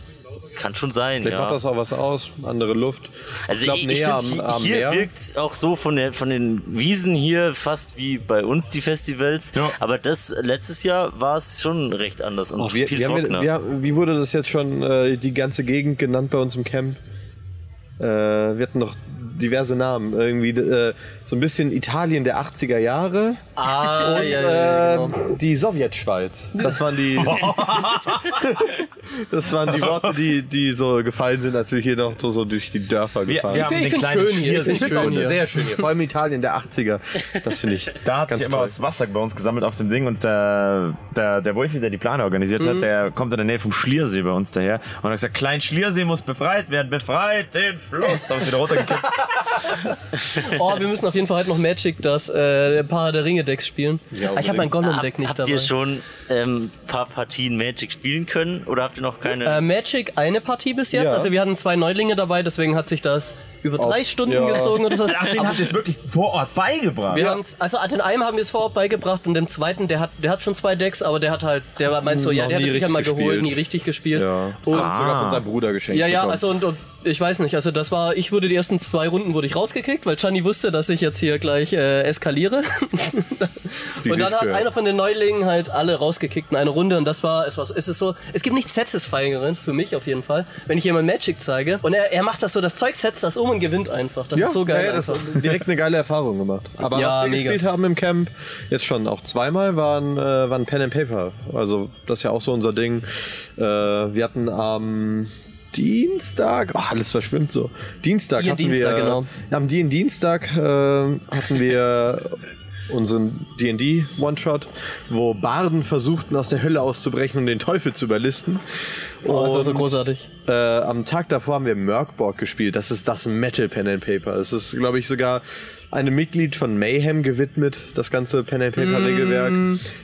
kann schon sein. Vielleicht ja. macht das auch was aus, andere Luft. Also ich glaube, ich, näher ich am, find, am hier Meer. wirkt es auch so von, der, von den Wiesen hier fast wie bei uns die Festivals. Ja. Aber das letztes Jahr war es schon recht anders und Oh, wir, viel wir haben, trockener. wir, haben- wie wurde das jetzt schon äh, die ganze Gegend genannt bei uns im Camp? Äh, wir hatten noch diverse Namen. Irgendwie äh, so ein bisschen Italien der 80er Jahre. Ah, ja, Und ja, ja, äh, genau. die Sowjetschweiz. Das waren die. das waren die Worte, die, die so gefallen sind, als wir hier noch so, so durch die Dörfer gefahren sind. haben- Ich find's schön hier, ich Ich find's finde schön auch hier. sehr schön hier. Vor allem Italien der 80er. Das finde ich. Da hat ganz sich immer toll. was Wasser bei uns gesammelt auf dem Ding und der, der, der Wolfi, der die Plane organisiert hat, der kommt in der Nähe vom Schliersee bei uns daher und hat gesagt, Klein Schliersee muss befreit werden, befreit den Fluss. Da hab ich wieder runtergekippt. Oh, wir müssen auf jeden Fall heute noch Magic das äh, Paar der Ringe Decks spielen. ah, ich habe mein Gollum Deck Hab, nicht habt dabei. ihr schon ein ähm, paar Partien Magic spielen können oder habt ihr noch keine? Äh, Magic eine Partie bis jetzt. Ja. Also wir hatten zwei Neulinge dabei, deswegen hat sich das über drei Stunden ja. gezogen oder so. Ach, den Aber habt ihr es wirklich vor Ort beigebracht. wir ja. haben's- also den einen haben wir es vor Ort beigebracht und dem zweiten, der hat, der hat schon zwei Decks, aber der hat halt, der war- meinst so, ja, Noch der hat nie es sich einmal richtig geholt, nie gespielt. richtig gespielt. Ja. Und Sogar von seinem Bruder geschenkt. Ja, ja, bekommen. also und, und ich weiß nicht, also das war, ich wurde die ersten zwei Runden wurde ich rausgekickt, weil Chani wusste, dass ich jetzt hier gleich äh, eskaliere. Wie und dann sie's hat gehört. einer von den Neulingen halt alle rausgekickt in eine Runde und das war, es war, es ist so, es gibt nichts Satisfyingeres für mich auf jeden Fall, wenn ich jemand Magic zeige und er, er macht das so, das Zeug setzt das um und gewinnt einfach. Das Ja, ist so geil. ja, das einfach. hat direkt eine geile Erfahrung gemacht. Aber Ja, was wir mega. gespielt haben im Camp, jetzt schon auch zweimal, waren, äh, waren Pen and Paper. Also das ist ja auch so unser Ding. Äh, wir hatten am Dienstag, oh, alles verschwimmt so. Dienstag Ihr hatten Dienstag, wir, genau. am D&D Dienstag äh, hatten wir unseren D&D One-Shot, wo Barden versuchten aus der Hölle auszubrechen und den Teufel zu überlisten. oh, das war so Und- großartig. äh, am Tag davor haben wir Merkborg gespielt. Das ist das Metal Pen and Paper. Es ist, glaube ich, sogar einem Mitglied von Mayhem gewidmet, das ganze Pen and Paper Regelwerk.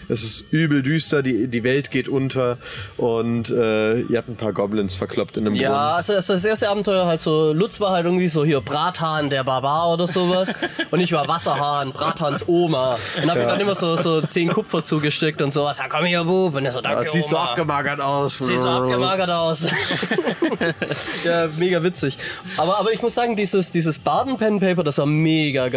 Es ist übel düster, die, die Welt geht unter und äh, ihr habt ein paar Goblins verkloppt in einem Ja, also das, das erste Abenteuer halt so, Lutz war halt irgendwie so hier Brathahn der Barbar oder sowas und ich war Wasserhahn, Brathahns Oma und hab ihm dann immer so, so zehn Kupfer zugesteckt und sowas, ja komm hier Bub und er so, danke Brunnen. Das sieht so Oma. abgemagert aus. Siehst so abgemagert aus. ja, mega witzig. Aber, aber ich muss sagen, dieses, dieses Baden-Pen-Paper, das war mega geil.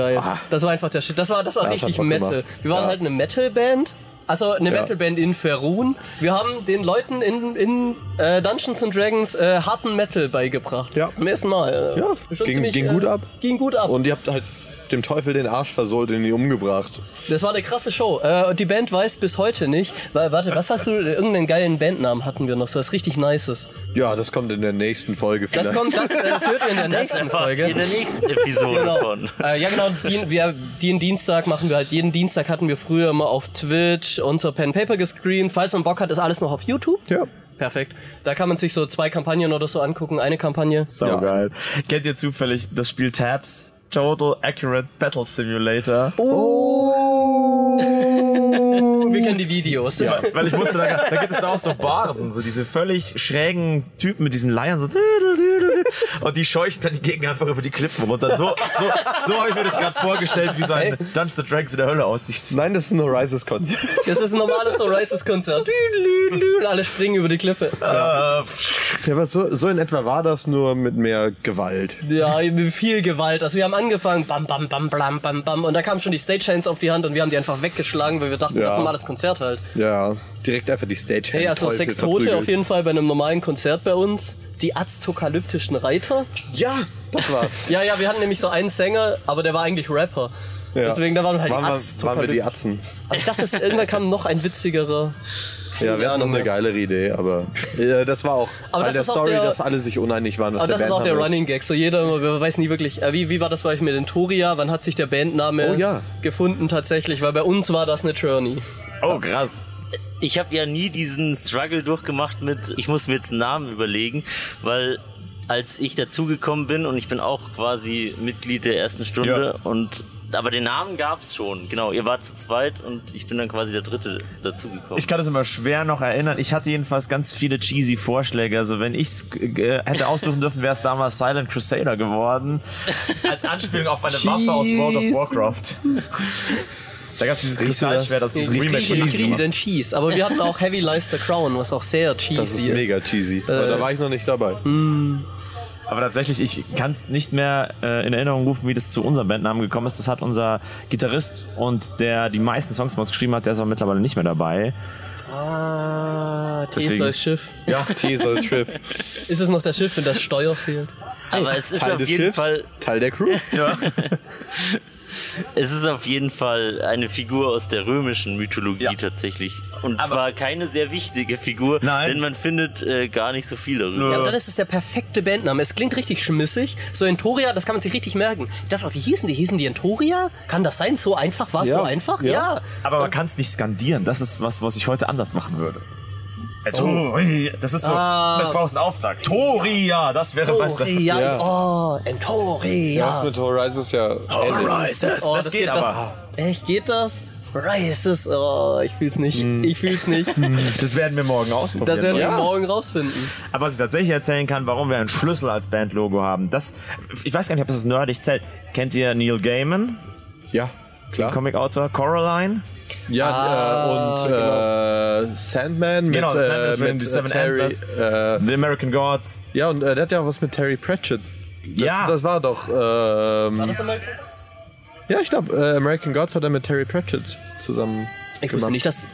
Das war einfach der Shit. Das war, das war Ah. Das hat richtig Bock Metal. gemacht. Wir waren Ja. halt eine Metal-Band Also eine Ja. Metalband in Ferun. Wir haben den Leuten in, in äh, Dungeons and Dragons äh, harten Metal beigebracht. Ja. Am ersten Mal. äh, Ja, schon ging- ging gut ab. Ging gut ab. Und ihr habt halt dem Teufel den Arsch versohlt und ihn umgebracht. Das war eine krasse Show. Äh, und die Band weiß bis heute nicht. Wa- Warte, was hast du? Irgendeinen geilen Bandnamen hatten wir noch. So was richtig Nices. Ja, das kommt in der nächsten Folge vielleicht. Das kommt, das, äh, das hört ihr in der nächsten Einfach Folge. in der nächsten Episode von. Äh, ja, genau. Den, wir, den Dienstag machen wir halt. Jeden Dienstag hatten wir früher immer auf Twitch unser Pen and Paper gestreamt. Falls man Bock hat, ist alles noch auf YouTube. Ja. Perfekt. Da kann man sich so zwei Kampagnen oder so angucken. Eine Kampagne. Sau geil. Kennt ihr zufällig das Spiel Tabs? Total Accurate Battle Simulator. Oh. Oh. Wir kennen die Videos. Ja. Weil ich wusste, da, da gibt es da auch so Barden, so diese völlig schrägen Typen mit diesen Leiern, so düdel, düdel, und die scheuchen dann die Gegner einfach über die Klippen runter. So, so, so habe ich mir das gerade vorgestellt, wie so ein Dungeons and Dragons in der Hölle aussieht. Nein, das ist ein Horizons-Konzert. Das ist ein normales Oasis-Konzert. Und alle springen über die Klippe. Äh, ja, aber so, so in etwa war das nur mit mehr Gewalt. Ja, mit viel Gewalt. Also wir haben angefangen, bam, bam, bam, bam, bam, bam. Und da kamen schon die Stagehands auf die Hand und wir haben die einfach weggeschlagen, weil wir dachten, Ja. ganz normales Konzert halt. Ja, direkt einfach die Stage. Hey, also sechs Tote auf jeden Fall bei einem normalen Konzert bei uns. Die aztokalyptischen Reiter. Ja, das war's. Ja, ja, wir hatten nämlich so einen Sänger, aber der war eigentlich Rapper. Ja. Deswegen, da waren halt waren, wir, waren wir die Aztokalyptischen. Atzen. Aber ich dachte, es- irgendwann kam noch ein witzigerer. Ja, wir hatten noch Ahnung, eine ja. geilere Idee, aber äh, das war auch Aber das Teil der ist auch Story, der- dass alle sich uneinig waren, was Aber der das ist Bandname auch der ist. Running Gag. So jeder man weiß nie wirklich. Äh, Wie, wie war das bei euch mit den Toria? Wann hat sich der Bandname Oh ja. gefunden tatsächlich? Weil bei uns war das eine Journey. Oh, krass. ich habe ja nie diesen Struggle durchgemacht mit, ich muss mir jetzt einen Namen überlegen, weil als ich dazugekommen bin und ich bin auch quasi Mitglied der ersten Stunde und aber den Namen gab's schon, genau. Ihr wart zu zweit und ich bin dann quasi der Dritte dazugekommen. Ich kann das immer schwer noch erinnern. Ich hatte jedenfalls ganz viele cheesy Vorschläge. Also wenn ich hätte aussuchen dürfen, wäre es damals Silent Crusader geworden. Als Anspielung auf eine Waffe aus World of Warcraft. Da gab es dieses Riechst du das? Kristallschwert, das dieses Riechst du Remake Cheesy. Cheesy. gemacht Cheesy, hat. denn Cheese. Aber wir hatten auch Heavy Lies the Crown, was auch sehr cheesy Das ist mega cheesy. Äh. Aber da war ich noch nicht dabei. Hm. Aber tatsächlich, ich kann es nicht mehr äh, in Erinnerung rufen, wie das zu unserem Bandnamen gekommen ist. Das hat unser Gitarrist und der die meisten Songs bei uns geschrieben hat, der ist aber mittlerweile nicht mehr dabei. Ah, T ist Deswegen. das Schiff. Ja, Teaser, Schiff. Ist es noch das Schiff, wenn das Steuer fehlt? aber es ist Teil auf des jeden Schiffs, Fall Teil der Crew. Es ist auf jeden Fall eine Figur aus der römischen Mythologie Ja. tatsächlich. Und Aber- zwar keine sehr wichtige Figur, Nein. denn man findet äh, gar nicht so viel darüber. Nö. Ja, aber dann ist es der perfekte Bandname. Es klingt richtig schmissig. So Entoria, das kann man sich richtig merken. Ich dachte, auch, wie hießen die? Hießen die Entoria? Kann das sein? So einfach? War es Ja, so einfach? ja. Ja. Aber man kann es nicht skandieren. Das ist was, was ich heute anders machen würde. Äh, Tori, das ist so, Oh. Ah. das braucht einen Auftakt. Toria, das wäre besser. Entoria. Ja. Oh, Entoria. Was mit Horizons ja. Das, Oh, das, das geht geht aber. Echt, geht das? Rises. Oh, ich fühl's nicht. Ich fühl's nicht. Das, werden wir morgen ausprobieren. Das werden wir Ja. morgen rausfinden. Aber was ich tatsächlich erzählen kann, warum wir einen Schlüssel als Bandlogo haben, das, ich weiß gar nicht, ob das nerdig zählt. Kennt ihr Neil Gaiman, Ja, klar. Comicautor? Coraline? Ja, Ah, äh, und äh, Sandman Genau, mit, Sandman äh, ist mit mit die äh, Seven Handlers. Terry. Äh, The American Gods? ja, und äh, der hat ja auch was mit Terry Pratchett. Das, Ja. Das war doch. Ähm, American? ja, ich glaube, äh, American Gods hat er mit Terry Pratchett zusammen. Ich wusste gemacht. nicht, dass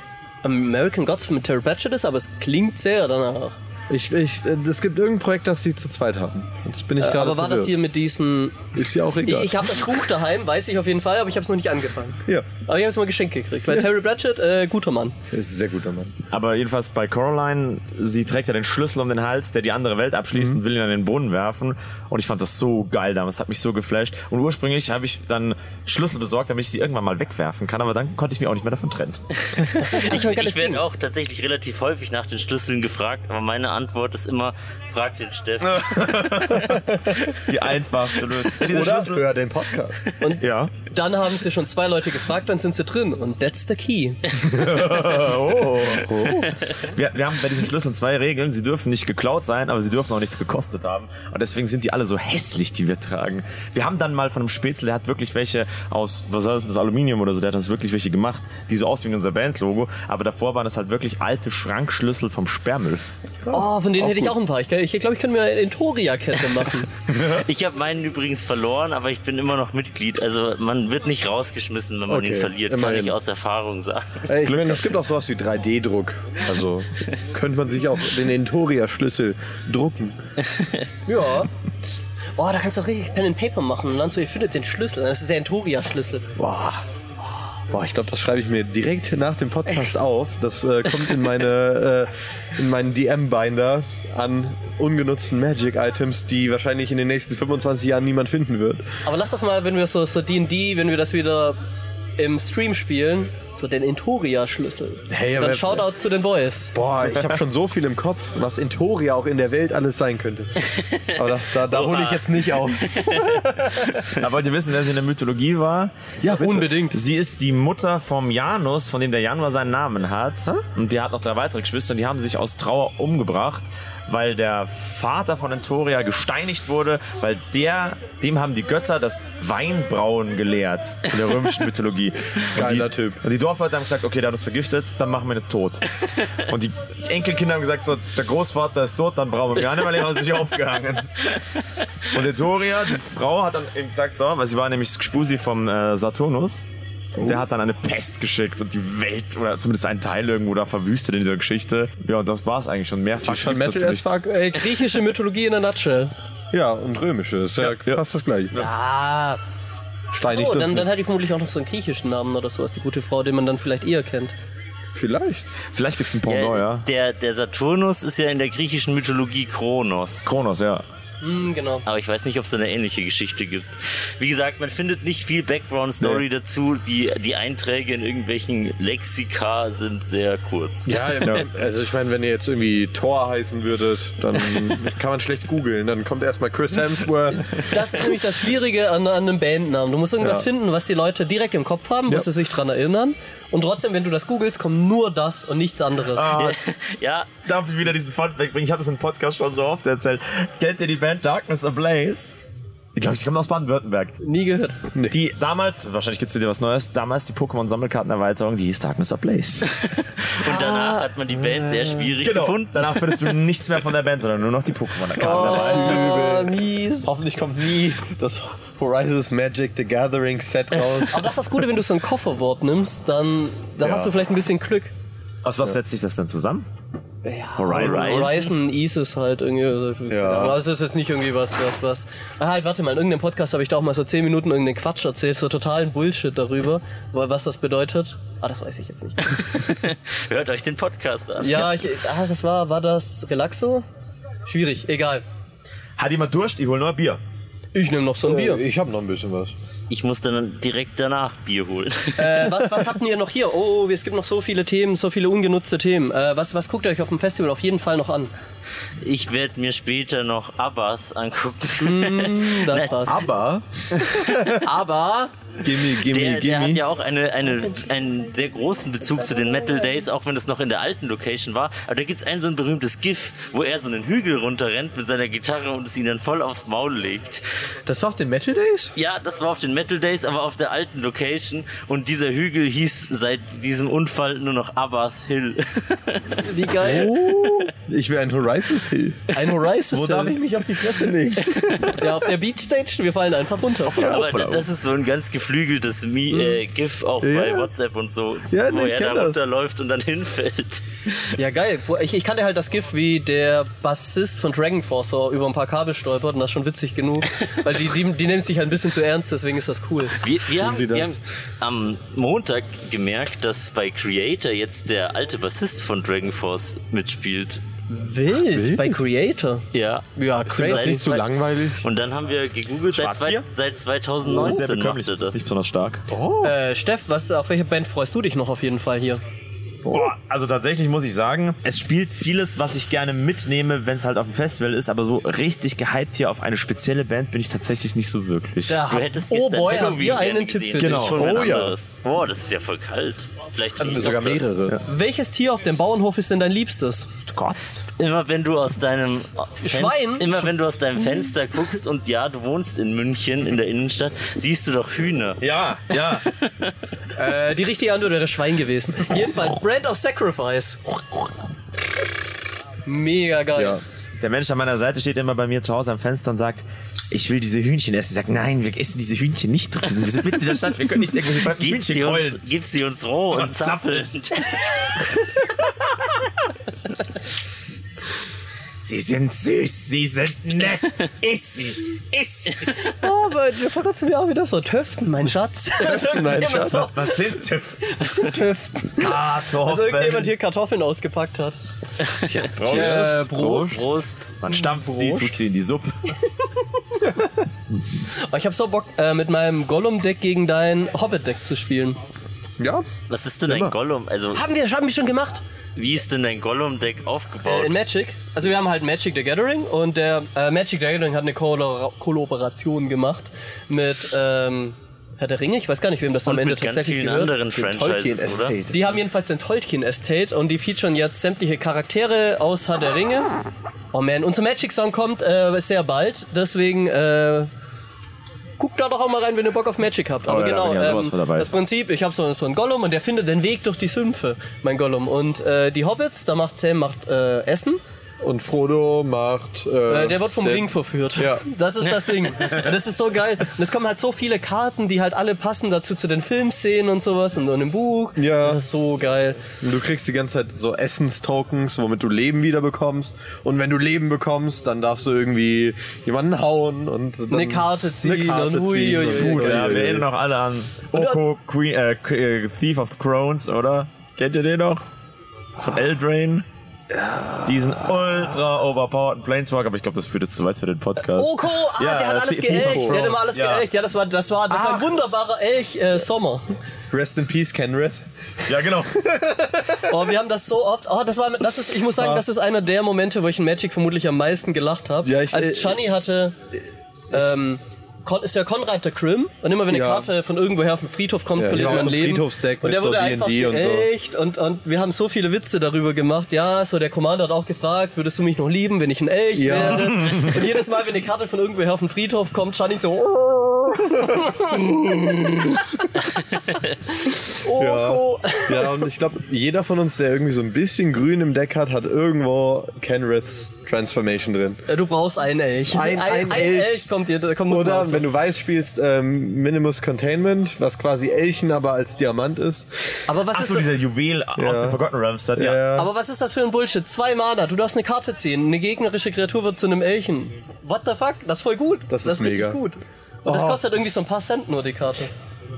American Gods mit Terry Pratchett ist, aber es klingt sehr danach. Ich, ich, äh, es gibt irgendein Projekt, das sie zu zweit haben. Jetzt bin ich gerade. Äh, Aber war das hier verwirrt. mit diesen Ist ja auch egal. Ich habe das Buch daheim, weiß ich auf jeden Fall, aber ich habe es noch nicht angefangen. ja. Aber ich habe es mal geschenkt gekriegt. Weil Terry Pratchett, äh, guter Mann. Ist ein sehr guter Mann. Aber jedenfalls bei Coraline, sie trägt ja den Schlüssel um den Hals, der die andere Welt abschließt und will ihn an den Brunnen werfen. Und ich fand das so geil damals, hat mich so geflasht. Und ursprünglich habe ich dann Schlüssel besorgt, damit ich sie irgendwann mal wegwerfen kann. Aber dann konnte ich mich auch nicht mehr davon trennen. Das ist Ich, ich werde auch tatsächlich relativ häufig nach den Schlüsseln gefragt, aber meine Antwort ist immer, frag den Steffen. Die einfachste Lösung. Ja, diese Oder Schlüssel- hör den Podcast. Ja. Dann haben sie schon zwei Leute gefragt, dann sind sie drin. Und that's the key. Oh. Wir, wir haben bei diesen Schlüsseln zwei Regeln. Sie dürfen nicht geklaut sein, aber sie dürfen auch nichts gekostet haben. Und deswegen sind die alle so hässlich, die wir tragen. Wir haben dann mal von einem Spätzle, der hat wirklich welche aus, was heißt das, Aluminium oder so, der hat uns wirklich welche gemacht, die so aussehen wie unser Bandlogo. Aber davor waren das halt wirklich alte Schrankschlüssel vom Sperrmüll. Oh, von denen hätte ich auch ein paar. Ich glaube, ich, glaub, ich könnte mir eine Entoria-Kette machen. Ich habe meinen übrigens verloren, aber ich bin immer noch Mitglied. Also man wird nicht rausgeschmissen, wenn man Okay, ihn verliert, immerhin. kann ich aus Erfahrung sagen. Ey, ich meine, es gibt auch sowas wie 3D-Druck. Also könnte man sich auch den Entoria-Schlüssel drucken. ja. Oh, da kannst du auch richtig Pen and Paper machen und dann so, ihr findet den Schlüssel. Das ist der Entoria-Schlüssel. Boah. Boah, ich glaube, das schreibe ich mir direkt nach dem Podcast auf. Das äh, kommt in, meine, äh, in meinen DM-Binder an ungenutzten Magic-Items, die wahrscheinlich in den nächsten 25 Jahren niemand finden wird. Aber lass das mal, wenn wir so so D&D, wenn wir das wieder im Stream spielen, so den Entoria-Schlüssel. Hey, dann aber- Shoutouts zu den Boys. Boah, ich habe schon so viel im Kopf, was in Toria auch in der Welt alles sein könnte. Aber da, da, da hole ich jetzt nicht auf. Da wollt ihr wissen, wer sie in der Mythologie war? Ja, bitte. Unbedingt. Sie ist die Mutter vom Janus, von dem der Januar seinen Namen hat. Und die hat noch drei weitere Geschwister und die haben sich aus Trauer umgebracht, weil der Vater von Entoria gesteinigt wurde, weil der, dem haben die Götter das Weinbrauen gelehrt in der römischen Mythologie. Und Geiler die, Typ. Und die Dorfleute haben gesagt, okay, der hat uns vergiftet, dann machen wir ihn jetzt tot. und die Enkelkinder haben gesagt, so, der Großvater ist tot, dann brauchen wir ihn gar nicht mehr, leben, haben sie sich aufgehangen. Und Etoria, die Frau, hat dann eben gesagt, so, weil sie war nämlich Spusi vom äh, Saturnus. Und Der hat dann eine Pest geschickt und die Welt, oder zumindest einen Teil irgendwo da verwüstet in dieser Geschichte. Ja, und das war's eigentlich schon. Mehrfach Schon gibt's Metal das as nicht. fuck. Äh, griechische Mythologie in der Nutshell. Ja, und römische. Ist ja, fast das gleiche. Ah, Steinig so, dann, dürfen. dann hat die vermutlich auch noch so einen griechischen Namen oder sowas, die gute Frau, den man dann vielleicht eher kennt. Vielleicht. Vielleicht gibt's ein Pendant, ja. Äh, Der, der Saturnus ist ja in der griechischen Mythologie Kronos. Kronos, ja. Hm, genau. Aber ich weiß nicht, ob es eine ähnliche Geschichte gibt. Wie gesagt, man findet nicht viel Background-Story dazu. Die, die Einträge in irgendwelchen Lexika sind sehr kurz. Ja, also ich meine, wenn ihr jetzt irgendwie Thor heißen würdet, dann kann man schlecht googeln. Dann kommt erstmal Chris Hemsworth. Das ist nämlich das Schwierige an, an einem Bandnamen. Du musst irgendwas Ja. finden, was die Leute direkt im Kopf haben, musst du sich dran erinnern. Und trotzdem, wenn du das googelst, kommt nur das und nichts anderes. ja Darf ich wieder diesen Fun wegbringen? Ich habe das im Podcast schon so oft erzählt. Kennt ihr die Band Darkness Ablaze? Die, glaube ich, die kommen aus Baden-Württemberg. Nie gehört. Die damals, wahrscheinlich gibt's wieder was Neues, damals die Pokémon-Sammelkartenerweiterung, die hieß Darkness Ablaze. und Ah. danach hat man die Band sehr schwierig Genau. Genau. gefunden. Danach findest du nichts mehr von der Band, sondern nur noch die Pokémon-Karten. Oh, mies. Hoffentlich kommt nie das Horizons Magic The Gathering Set raus. Aber das ist das Gute, wenn du so ein Kofferwort nimmst, dann, dann Ja. hast du vielleicht ein bisschen Glück. Aus was setzt sich das denn zusammen? Horizon. Horizon. Horizon Isis halt irgendwie. Ja. Aber es ist jetzt nicht irgendwie was, was, was. Ah, halt, warte mal, in irgendeinem Podcast habe ich da auch mal so 10 Minuten irgendeinen Quatsch erzählt, so totalen Bullshit darüber, wa- was das bedeutet. Ah, das weiß ich jetzt nicht. Hört euch den Podcast an. Ja, ich, ah, das war, war das Relaxo? Schwierig, egal. Hat jemand Durst? Ich hol nur ein Bier. Ich nehme noch so ein Bier. Äh, Ich habe noch ein bisschen was. Ich muss dann direkt danach Bier holen. Äh, was, was hatten ihr noch hier? Oh, es gibt noch so viele Themen, so viele ungenutzte Themen. Äh, was, was guckt ihr euch auf dem Festival auf jeden Fall noch an? Ich werde mir später noch Abbas angucken. Das war's. Aber Aber gimme, gimme, Der, der hat gimme. ja auch eine, eine, einen sehr großen Bezug zu den Metal Days, auch wenn es noch in der alten Location war. Aber da gibt's ein so ein berühmtes GIF, wo er so einen Hügel runterrennt mit seiner Gitarre und es ihn dann voll aufs Maul legt. Das war auf den Metal Days? Ja, das war auf den Metal Days, aber auf der alten Location. Und dieser Hügel hieß seit diesem Unfall nur noch Abbas Hill. wie geil. Oh. Ich wäre ein Horizons Hill. Ein Horizon. Wo darf ich mich auf die Fresse legen? Ja, auf der Beachstage, wir fallen einfach runter. Aber da- das ist so ein ganz geflügeltes Mi äh, GIF auch bei Ja. WhatsApp und so, Ja, nee, wo ich er kenn da das. runterläuft und dann hinfällt. Ja, geil. Ich, ich kannte halt das GIF, wie der Bassist von Dragon Force so über ein paar Kabel stolpert und das ist schon witzig genug, weil die, die, die nehmen sich halt ein bisschen zu ernst, deswegen ist das cool. Wir, wir, haben, Sie wir haben das? am Montag gemerkt, dass bei Creator jetzt der alte Bassist von Dragon Force mitspielt. Wild, bei Creator. Ja. Ja, das crazy. nicht- zu langweilig? Und dann haben wir gegoogelt, seit, zwei, Schwarzbier? seit Das ist 2019 sehr bekömmlich, Oh. macht er das ist nicht das. besonders stark. Äh, Steff, was, auf welche Band freust du dich noch auf jeden Fall hier? Boah, also tatsächlich muss ich sagen, es spielt vieles, was ich gerne mitnehme, wenn es halt auf dem Festival ist, aber so richtig gehypt hier auf eine spezielle Band bin ich tatsächlich nicht so wirklich. Da Du hat- hättest oh gestern boy, Halloween haben wir gerne einen Tipp gesehen. Das für Genau. ist Schon oh Oh ja. ja. Boah, das ist ja voll kalt. Vielleicht riecht Sogar doch das. mehrere. dich. Welches Tier auf dem Bauernhof ist denn dein Liebstes? Gott. Immer wenn du aus deinem Fen- Schwein? immer wenn du aus deinem Fenster guckst und ja, du wohnst in München in der Innenstadt, siehst du doch Hühner. Ja, ja. Äh, die richtige Antwort wäre Schwein gewesen. Jedenfalls, Brand of Sacrifice. Mega geil. Ja. Der Mensch an meiner Seite steht immer bei mir zu Hause am Fenster und sagt, ich will diese Hühnchen essen. Ich sage, nein, wir essen diese Hühnchen nicht drüben. Wir sind mitten in der Stadt, wir können nicht irgendwelche falschen Gib Hühnchen sie, uns, keulen. gib sie uns roh und, Und zappelnd. Sie sind süß, sie sind nett. Iss sie, iss sie. Oh, aber du verkotzt mir auch wieder so Töften, mein Schatz. Also irgendjemand Schatz. So, Was sind Töpfe? was für Töften? Ah, Also irgendjemand hier Kartoffeln ausgepackt hat. Äh, Prost. Prost. Man stampft sie, tut sie in die Suppe. Aber ich habe so Bock, äh, mit meinem Gollum-Deck gegen dein Hobbit-Deck zu spielen. Ja, Was ist denn dein Gollum? Also, Haben wir, haben wir schon gemacht. wie ist denn dein Gollum-Deck Äh, aufgebaut? in Magic. Also wir haben halt Magic the Gathering und der äh, Magic the Gathering hat eine Kollabora- Kollaboration gemacht mit ähm, Herr der Ringe. Ich weiß gar nicht, wem das am und Ende mit ganz tatsächlich vielen gehört. anderen Tolkien Franchises, oder? Estate. Die haben jedenfalls den Tolkien Estate und die featuren jetzt sämtliche Charaktere aus Herr der Ringe. Oh man, unser Magic Song kommt äh, sehr bald, deswegen äh, guckt da doch auch mal rein, wenn ihr Bock auf Magic habt. Aber Oh ja, da genau, bin ich ja sowas ähm, von dabei. das Prinzip, ich habe so, so einen Gollum und der findet den Weg durch die Sümpfe, mein Gollum. Und äh, die Hobbits, da macht Sam macht äh, Essen. Und Frodo macht. Äh, Äh, der wird vom Ring verführt. Ja. Das ist das Ding. Und das ist so geil. Und es kommen halt so viele Karten, die halt alle passen dazu zu den Filmszenen und sowas und, und im Buch. Ja. Das ist so geil. Du kriegst die ganze Zeit so Essenstokens, womit du Leben wieder bekommst. Und wenn du Leben bekommst, dann darfst du irgendwie jemanden hauen und dann Eine Karte ziehen eine Karte und ziehen. hui, hui, hui. Gut, Ja, ey. wir erinnern noch alle an Oko, Queen, äh, K- äh, Thief of Crones, oder? Kennt ihr den noch? Von Eldrain. Diesen ultra overpowered Planeswalker, aber ich glaube, das führt jetzt zu weit für den Podcast. Oko, ah, Ja, der hat alles Thief- Thief of geelcht. Der hat immer Thrones, alles ja. geelcht. Ja, das war, das war, das war ein wunderbarer äh, Elch-Sommer. Rest in Peace, Kenrith. Ja, genau. oh, wir haben das so oft. Oh, das war, das ist, ich muss Ah. sagen, das ist einer der Momente, wo ich in Magic vermutlich am meisten gelacht habe. Ja, ich- äh, Als Shani hatte, ähm, Kon- ist ja Konrad der Krim und immer wenn eine Ja. Karte von irgendwoher auf dem Friedhof kommt, Ja, verliert ich hab man auch so ein Leben. Friedhofsdeck und der mit so wurde einfach D&D und so. geächt und, und wir haben so viele Witze darüber gemacht. Ja, so der Commander hat auch gefragt, würdest du mich noch lieben, wenn ich ein Elch Ja. werde? Und jedes Mal, wenn eine Karte von irgendwoher auf den Friedhof kommt, Shani so. Oh, Ja. oh. Ja, und ich glaube, jeder von uns, der irgendwie so ein bisschen grün im Deck hat, hat irgendwo Kenriths Transformation drin. Ja, Äh, Du brauchst einen Elch. Ein- ein Elch. kommt dir, kommt muss man Oder auf- wenn du weiß spielst, ähm, Minimus Containment, was quasi Elchen aber als Diamant ist. Aber was, ist Achso, das, dieser Juwel aus den Forgotten Realms. Das, ja. Äh, aber was ist das für ein Bullshit? Zwei Mana, du darfst eine Karte ziehen, eine gegnerische Kreatur wird zu einem Elchen. What the fuck? Das ist voll gut. Das ist richtig mega. gut. Und das Oh. kostet irgendwie so ein paar Cent nur die Karte.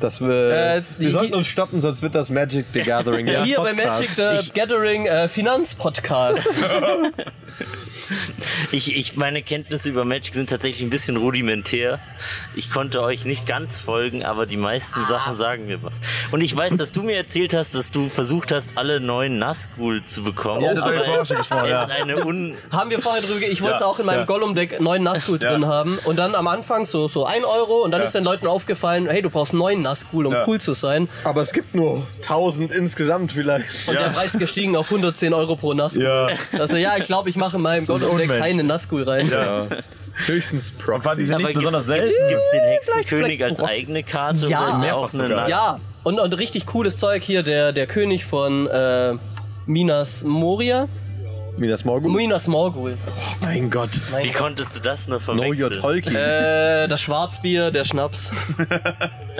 das wir, Äh, die- wir sollten uns stoppen, sonst wird das Magic the Gathering. ja, Hier bei Podcast. Magic the Gathering äh, Finanzpodcast. Ich, ich, meine Kenntnisse über Magic sind tatsächlich ein bisschen rudimentär. Ich konnte euch nicht ganz folgen, aber die meisten Sachen sagen mir was. Und ich weiß, dass du mir erzählt hast, dass du versucht hast, alle neuen Nazgul zu bekommen. Ja, das hab ich aber vorher es, schon gesprochen, es ja. ist eine un, haben wir vorher drüber, ge- ich wollte es Ja, auch in meinem ja. Gollum-Deck neuen Nazgul Ja. drin haben und dann am Anfang so, so ein Euro und dann Ja. ist den Leuten aufgefallen, hey, du brauchst einen neuen Nazgul, um Ja. cool zu sein. Aber es gibt nur 1000 insgesamt vielleicht. Und der Preis ist gestiegen auf 110 Euro pro Nazgul. Ja. Also ja, ich glaube, ich mache in meinem Das ist Gollum-Deck unmenschlich. keine Nazgul rein. Höchstens Waren Proxy. diese nicht Aber besonders gibt's- selten? Gibt's den vielleicht Hexenkönig als Proxy. eigene Karte? Ja. oder ist er Mehrfach auch eine sogar. Ja, und, und richtig cooles Zeug hier, der, der König von äh, Minas Moria. Minas Morgul. Minas Morgul. Mein Gott. Oh, Wie konntest du das nur Know your verwechseln? Tolkien. Äh, das Schwarzbier, der Schnaps.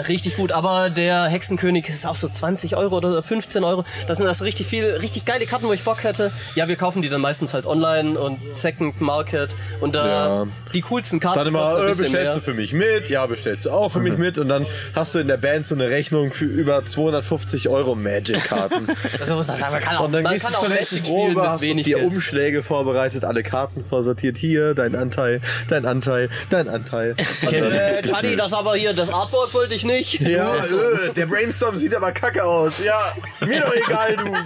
richtig gut, aber der Hexenkönig ist auch so 20 Euro oder 15 Euro. Das sind das richtig viel, richtig geile Karten, wo ich Bock hätte. Ja, wir kaufen die dann meistens halt online und Second Market und da Ja. die coolsten Karten. Dann immer, kosten ein äh, bisschen bestellst mehr. Mhm. du für mich mit? Ja, bestellst du auch für mich mit? Und dann hast du in der Band so eine Rechnung für über 250 Euro Magic-Karten. Also muss man sagen, man kann auch, Und dann man gehst kann du auch zur nächsten Magic spielen Probe, mit hast du wenig vier Geld. Umschläge vorbereitet, alle Karten vorsortiert. Hier, dein Anteil, dein Anteil, dein Anteil. Und dann- Äh, Charlie, das aber hier, das Artwork wollte ich nicht. Ja, äh, der Brainstorm sieht aber kacke aus. Ja, mir doch egal, du.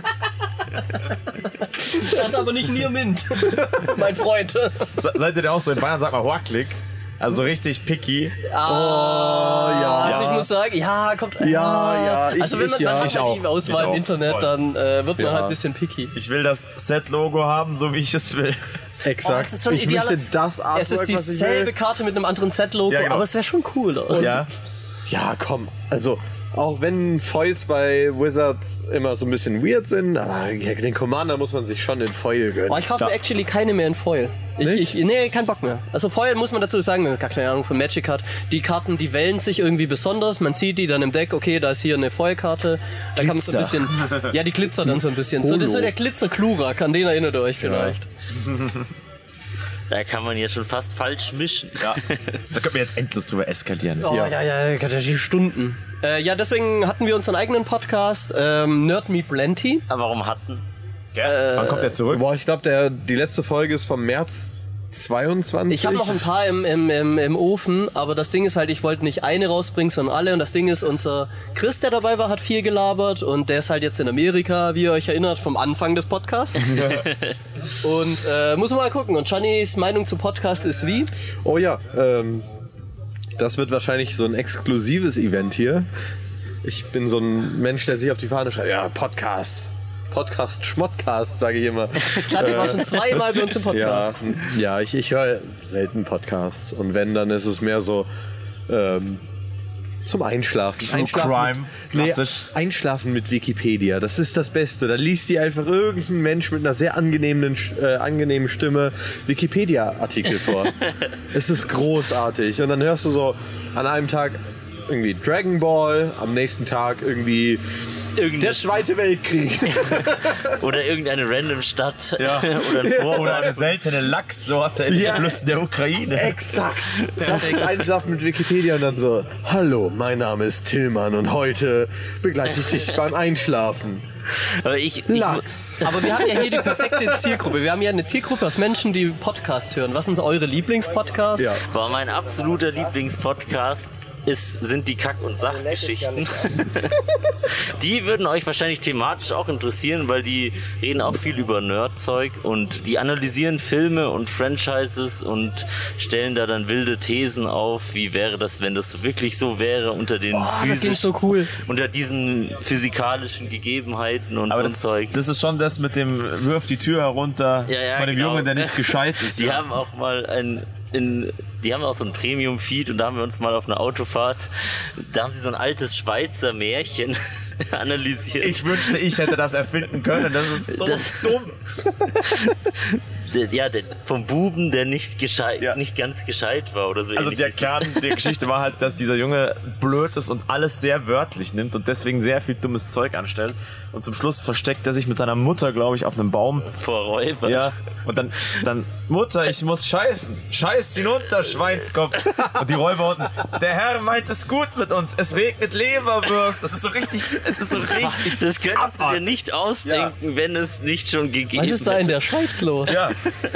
Ah, Das ist aber nicht Nier Mint, mein Freund. Se- Seid ihr denn auch so in Bayern, sag mal Hoaklick? Also richtig picky. Ah, Oh, ja. Also ich muss sagen, ja, kommt. äh, Ja, ja, ich- also wenn man, ich, ja. man Ich hat auch. halt die Auswahl Ich im auch, Internet, voll. dann äh, wird man Ja. halt ein bisschen picky. Ich will das Set-Logo haben, so wie ich es will. Oh, Exakt. das ist schon ich idealer- möchte das Artwork, es ist was ich will. dieselbe Karte mit einem anderen Set-Logo, Ja, genau. aber es wäre schon cooler. Ja. Ja, komm. Also, Auch wenn Foils bei Wizards immer so ein bisschen weird sind, aber den Commander muss man sich schon in Foil gönnen. Boah, ich kaufe mir actually keine mehr in Foil. Ich, Nicht? ich, nee, kein Bock mehr. Also Foil muss man dazu sagen, wenn man gar keine Ahnung von Magic hat. Die Karten, die wählen sich irgendwie besonders. Man sieht die dann im Deck, okay, da ist hier eine Foil-Karte. Da kann man so ein bisschen... Ja, die glitzert dann so ein bisschen. So, das ist so der Glitzer-Klurak, an den erinnert ihr euch vielleicht. Da kann man ja schon fast falsch mischen. Ja. Da können wir jetzt endlos drüber eskalieren. Oh, ja, ja, ja, ja, ja Stunden. Äh, ja, deswegen hatten wir unseren eigenen Podcast, ähm, Nerd Meet Plenty. Aber warum hatten? Wann kommt der zurück? Boah, ich glaube, die letzte Folge ist vom März 22. Ich habe noch ein paar im, im, im, im Ofen, aber das Ding ist halt, ich wollte nicht eine rausbringen, sondern alle. Und das Ding ist, unser Chris, der dabei war, hat viel gelabert und der ist halt jetzt in Amerika, wie ihr euch erinnert, vom Anfang des Podcasts. und äh, muss man mal gucken. Und Johnnys Meinung zum Podcast ist wie? Oh ja, ähm, das wird wahrscheinlich so ein exklusives Event hier. Ich bin so ein Mensch, der sich auf die Fahne schreibt. Ja, Podcast. Podcast, Schmottcast, sage ich immer. Johnny war schon zweimal bei uns im Ja, Podcast. n- ja ich, ich höre selten Podcasts. Und wenn, dann ist es mehr so ähm, zum Einschlafen. True Einschlafen Crime, Mit, nee, klassisch. Einschlafen mit Wikipedia, das ist das Beste. Da liest die einfach irgendein Mensch mit einer sehr angenehmen, Sch- äh, angenehmen Stimme Wikipedia-Artikel vor. es ist großartig. Und dann hörst du so an einem Tag irgendwie Dragon Ball, am nächsten Tag irgendwie der Irgendeine, Zweite Weltkrieg. oder irgendeine random Stadt oder ein Oder Vorort. eine seltene Lachssorte in Ja. den Flüssen der Ukraine. Exakt. Perfekt. Einschlafen mit Wikipedia und dann so, hallo, mein Name ist Tillmann und heute begleite ich dich beim Einschlafen. Aber ich, ich, Lachs. Aber wir haben ja hier die perfekte Zielgruppe. Wir haben ja eine Zielgruppe aus Menschen, die Podcasts hören. Was sind eure Lieblingspodcasts? Ja. war mein absoluter Lieblingspodcast. Ist, sind die Kack- und Sachgeschichten. die würden euch wahrscheinlich thematisch auch interessieren, weil die reden auch viel über Nerdzeug und die analysieren Filme und Franchises und stellen da dann wilde Thesen auf, wie wäre das, wenn das wirklich so wäre unter den Ah, das physisch, klingt so cool. unter diesen physikalischen Gegebenheiten und so ein das, Zeug. das ist schon das mit dem Wirf die Tür herunter Ja, ja, von dem genau. Jungen, der nicht gescheit ist. Die ja. haben auch mal ein. In, die haben auch so ein Premium-Feed und da haben wir uns mal auf einer Autofahrt, da haben sie so ein altes Schweizer Märchen analysiert. Ich wünschte, ich hätte das erfinden können. Das ist so Das- dumm. Der- ja, der, vom Buben, der nicht gescheit, Ja. nicht ganz gescheit war oder so. Also ähnlich der ist es. Kern der Geschichte war halt, dass dieser Junge blöd ist und alles sehr wörtlich nimmt und deswegen sehr viel dummes Zeug anstellt. Und zum Schluss versteckt er sich mit seiner Mutter, glaube ich, auf einem Baum. Vor Räuber. Ja, und dann, dann, Mutter, ich muss scheißen. Scheiß hinunter, Schweinskopf. Und die Räuber unten, der Herr meint es gut mit uns. Es regnet Leberwurst. Das ist so richtig, es ist so richtig. Das könntest du dir abartig. nicht ausdenken, wenn es nicht schon gegeben Was ist da in hätte. der Schweiz los? Ja.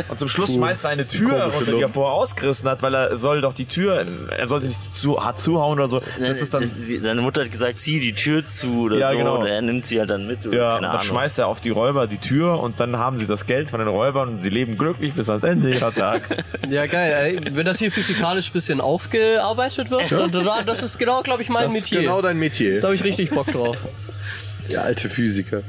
Und zum Schluss schmeißt er eine Tür komische runter, die er Lump. vorher ausgerissen hat, weil er soll doch die Tür, er soll sie nicht zu hart zuhauen oder so. Das ist dann, sie- seine Mutter hat gesagt, zieh die Tür zu oder Ja, so. genau. Oder er nimmt sie ja dann mit. Oder Ja, und keine dann Ahnung. schmeißt er auf die Räuber die Tür und dann haben sie das Geld von den Räubern und sie leben glücklich bis ans Ende ihrer Tag. Ja, geil. ey. Wenn das hier physikalisch ein bisschen aufgearbeitet wird, dann- dann- das ist genau, glaube ich, mein Das ist Metier. genau dein da Metier. habe ich richtig Bock drauf. Der alte Physiker.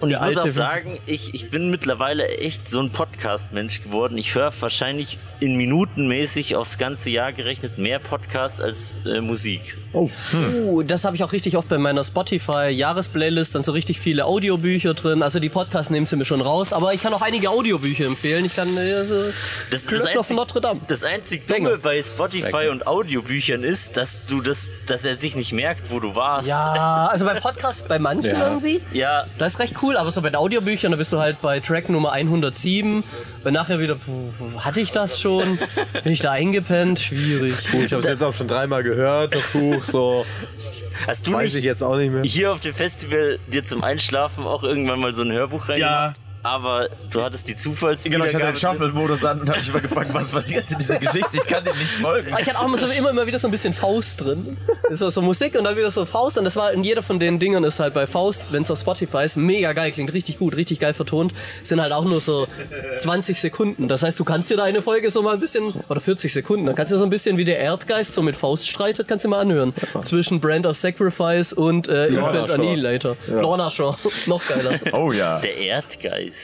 Und ich muss Der auch alte Physik- sagen, ich, ich bin mittlerweile echt so ein Podcast-Mensch geworden. Ich höre wahrscheinlich in Minutenmäßig aufs ganze Jahr gerechnet mehr Podcasts als äh, Musik. Uh, das habe ich auch richtig oft bei meiner Spotify-Jahresplaylist, dann so richtig viele Audiobücher drin. Also die Podcasts nehmen sie mir schon raus, aber ich kann auch einige Audiobücher empfehlen. Ich kann äh, so Das, das, Glöckner von einzig, Notre Dame. das einzig Dumme Bengel. bei Spotify und Audiobüchern ist, dass du das, dass er sich nicht merkt, wo du warst. Ja, also bei Podcasts, bei manchen irgendwie. Ja, Das ist recht cool, aber so bei den Audiobüchern, da bist du halt bei Track Nummer 107. Wenn nachher wieder, puh, hatte ich das schon? Bin ich da eingepennt? Schwierig. Puh, ich habe es jetzt auch schon dreimal gehört, das Buch. So hast du weiß ich nicht jetzt auch nicht mehr. hier auf dem Festival dir zum Einschlafen auch irgendwann mal so ein Hörbuch reingemacht? Aber du hattest die Genau, Zufallswiedergabe. ich hatte den drin. Shuffle-Modus an und habe mich mal gefragt, was passiert in dieser Geschichte? Ich kann dem nicht folgen. Aber Oh, ich hatte auch immer, so, immer, immer wieder so ein bisschen Faust drin. Das war so Musik und dann wieder so Faust. Und das war in jeder von den Dingern ist halt bei Faust, wenn es auf Spotify ist, mega geil, klingt richtig gut, richtig geil vertont. Sind halt auch nur so 20 Sekunden. Das heißt, du kannst dir da eine Folge so mal ein bisschen, oder 40 Sekunden, dann kannst du so ein bisschen wie der Erdgeist so mit Faust streitet, kannst du mal anhören. Zwischen Brand of Sacrifice und äh, Infant Shaw. Annihilator. Lorna Shaw. Noch geiler. Oh ja. Der Erdgeist.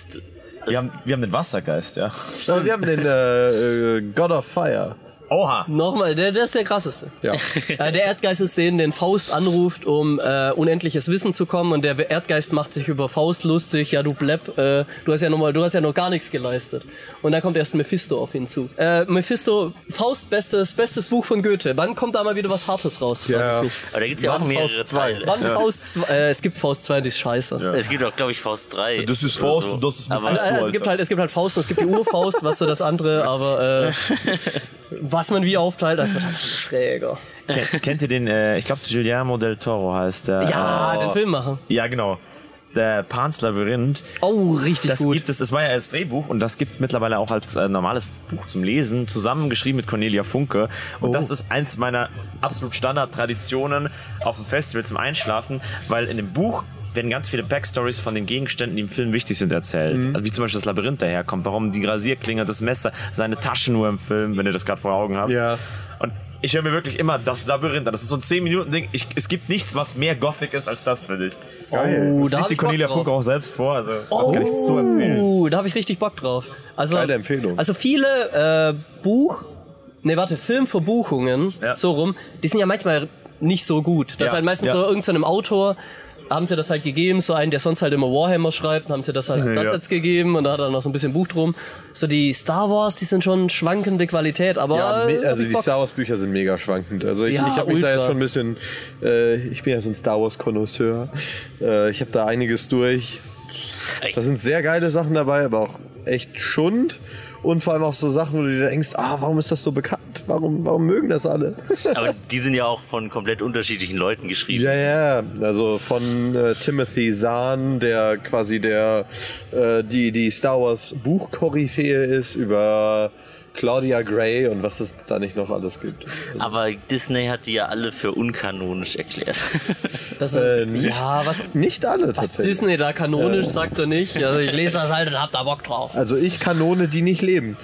Wir haben, wir haben den Wassergeist, ja. Aber wir haben den äh, äh, God of Fire. Oha. Nochmal, der, der ist der krasseste. Ja. Äh, der Erdgeist ist den, den Faust anruft, um äh, unendliches Wissen zu kommen und der Erdgeist macht sich über Faust lustig, ja du Blepp, äh, du hast ja noch mal, du hast ja noch gar nichts geleistet. Und dann kommt erst Mephisto auf ihn zu. Äh, Mephisto, Faust, bestes, bestes Buch von Goethe. Wann kommt da mal wieder was Hartes raus? Frag ich Ja. mich. Aber da gibt's ja auch Wann mehrere Faust zwei? Teile. Wann Faust 2, äh, es gibt Faust 2, die ist scheiße. Es gibt auch, glaube ich, Faust 3. Das ist oder Faust und das ist Aber Mephisto. Also, Alter. es, gibt halt, es gibt halt Faust und es gibt die Urfaust, was so das andere, aber äh, was man wie aufteilt, das wird halt schräger. Kennt, kennt ihr den, äh, ich glaube Guillermo del Toro heißt der. Ja, äh, den Film machen. Ja, genau. Der Pans Labyrinth. Oh, richtig Das gibt es, das war ja als Drehbuch und das gibt es mittlerweile auch als äh, normales Buch zum Lesen, zusammengeschrieben mit Cornelia Funke. Und das ist eins meiner absolut Standard-Traditionen auf dem Festival zum Einschlafen, weil in dem Buch werden ganz viele Backstories von den Gegenständen, die im Film wichtig sind, erzählt. Also wie zum Beispiel das Labyrinth daherkommt, warum die Rasierklinge, das Messer, seine Taschenuhr im Film, wenn ihr das gerade vor Augen habt. Ja. Und ich höre mir wirklich immer das Labyrinth an. Das ist so ein 10-Minuten-Ding. Ich- Es gibt nichts, was mehr Gothic ist als das, finde ich. Geil. Oh, Das da hab liest die ich Bock Cornelia drauf. Funke auch selbst vor. Also, das kann ich so empfehlen. Oh, da habe ich richtig Bock drauf. Also, Geile Empfehlung. Also viele äh, Buch, ne warte, Filmverbuchungen, Ja. so rum, die sind ja manchmal nicht so gut. Das Ja, ist halt meistens ja. so irgendeinem Autor, haben sie das halt gegeben, so einen, der sonst halt immer Warhammer schreibt, dann haben sie das halt das ja. jetzt gegeben und da hat er noch so ein bisschen Buch drum. So die Star Wars, die sind schon schwankende Qualität, aber Ja, me- Äh, hab also ich die Bock. Star Wars Bücher sind mega schwankend. Also ich, Ja, ich habe mich da ultra. jetzt schon ein bisschen, äh, ich bin ja so ein Star Wars Konnoisseur. Äh, ich habe da einiges durch. Da sind sehr geile Sachen dabei, aber auch echt Schund. Und vor allem auch so Sachen, wo du dir denkst, ah, warum ist das so bekannt? Warum, warum mögen das alle? Aber die sind ja auch von komplett unterschiedlichen Leuten geschrieben. Ja, ja, also von äh, Timothy Zahn, der quasi der, äh, die, die Star Wars Buchkoryphäe ist, über Claudia Gray und was es da nicht noch alles gibt. Aber Disney hat die ja alle für unkanonisch erklärt. Das Äh, ist, nicht, ja, was, nicht alle was tatsächlich. Disney da kanonisch sagt er nicht. Also ich lese das halt und hab da Bock drauf. Also ich kanone, die nicht leben.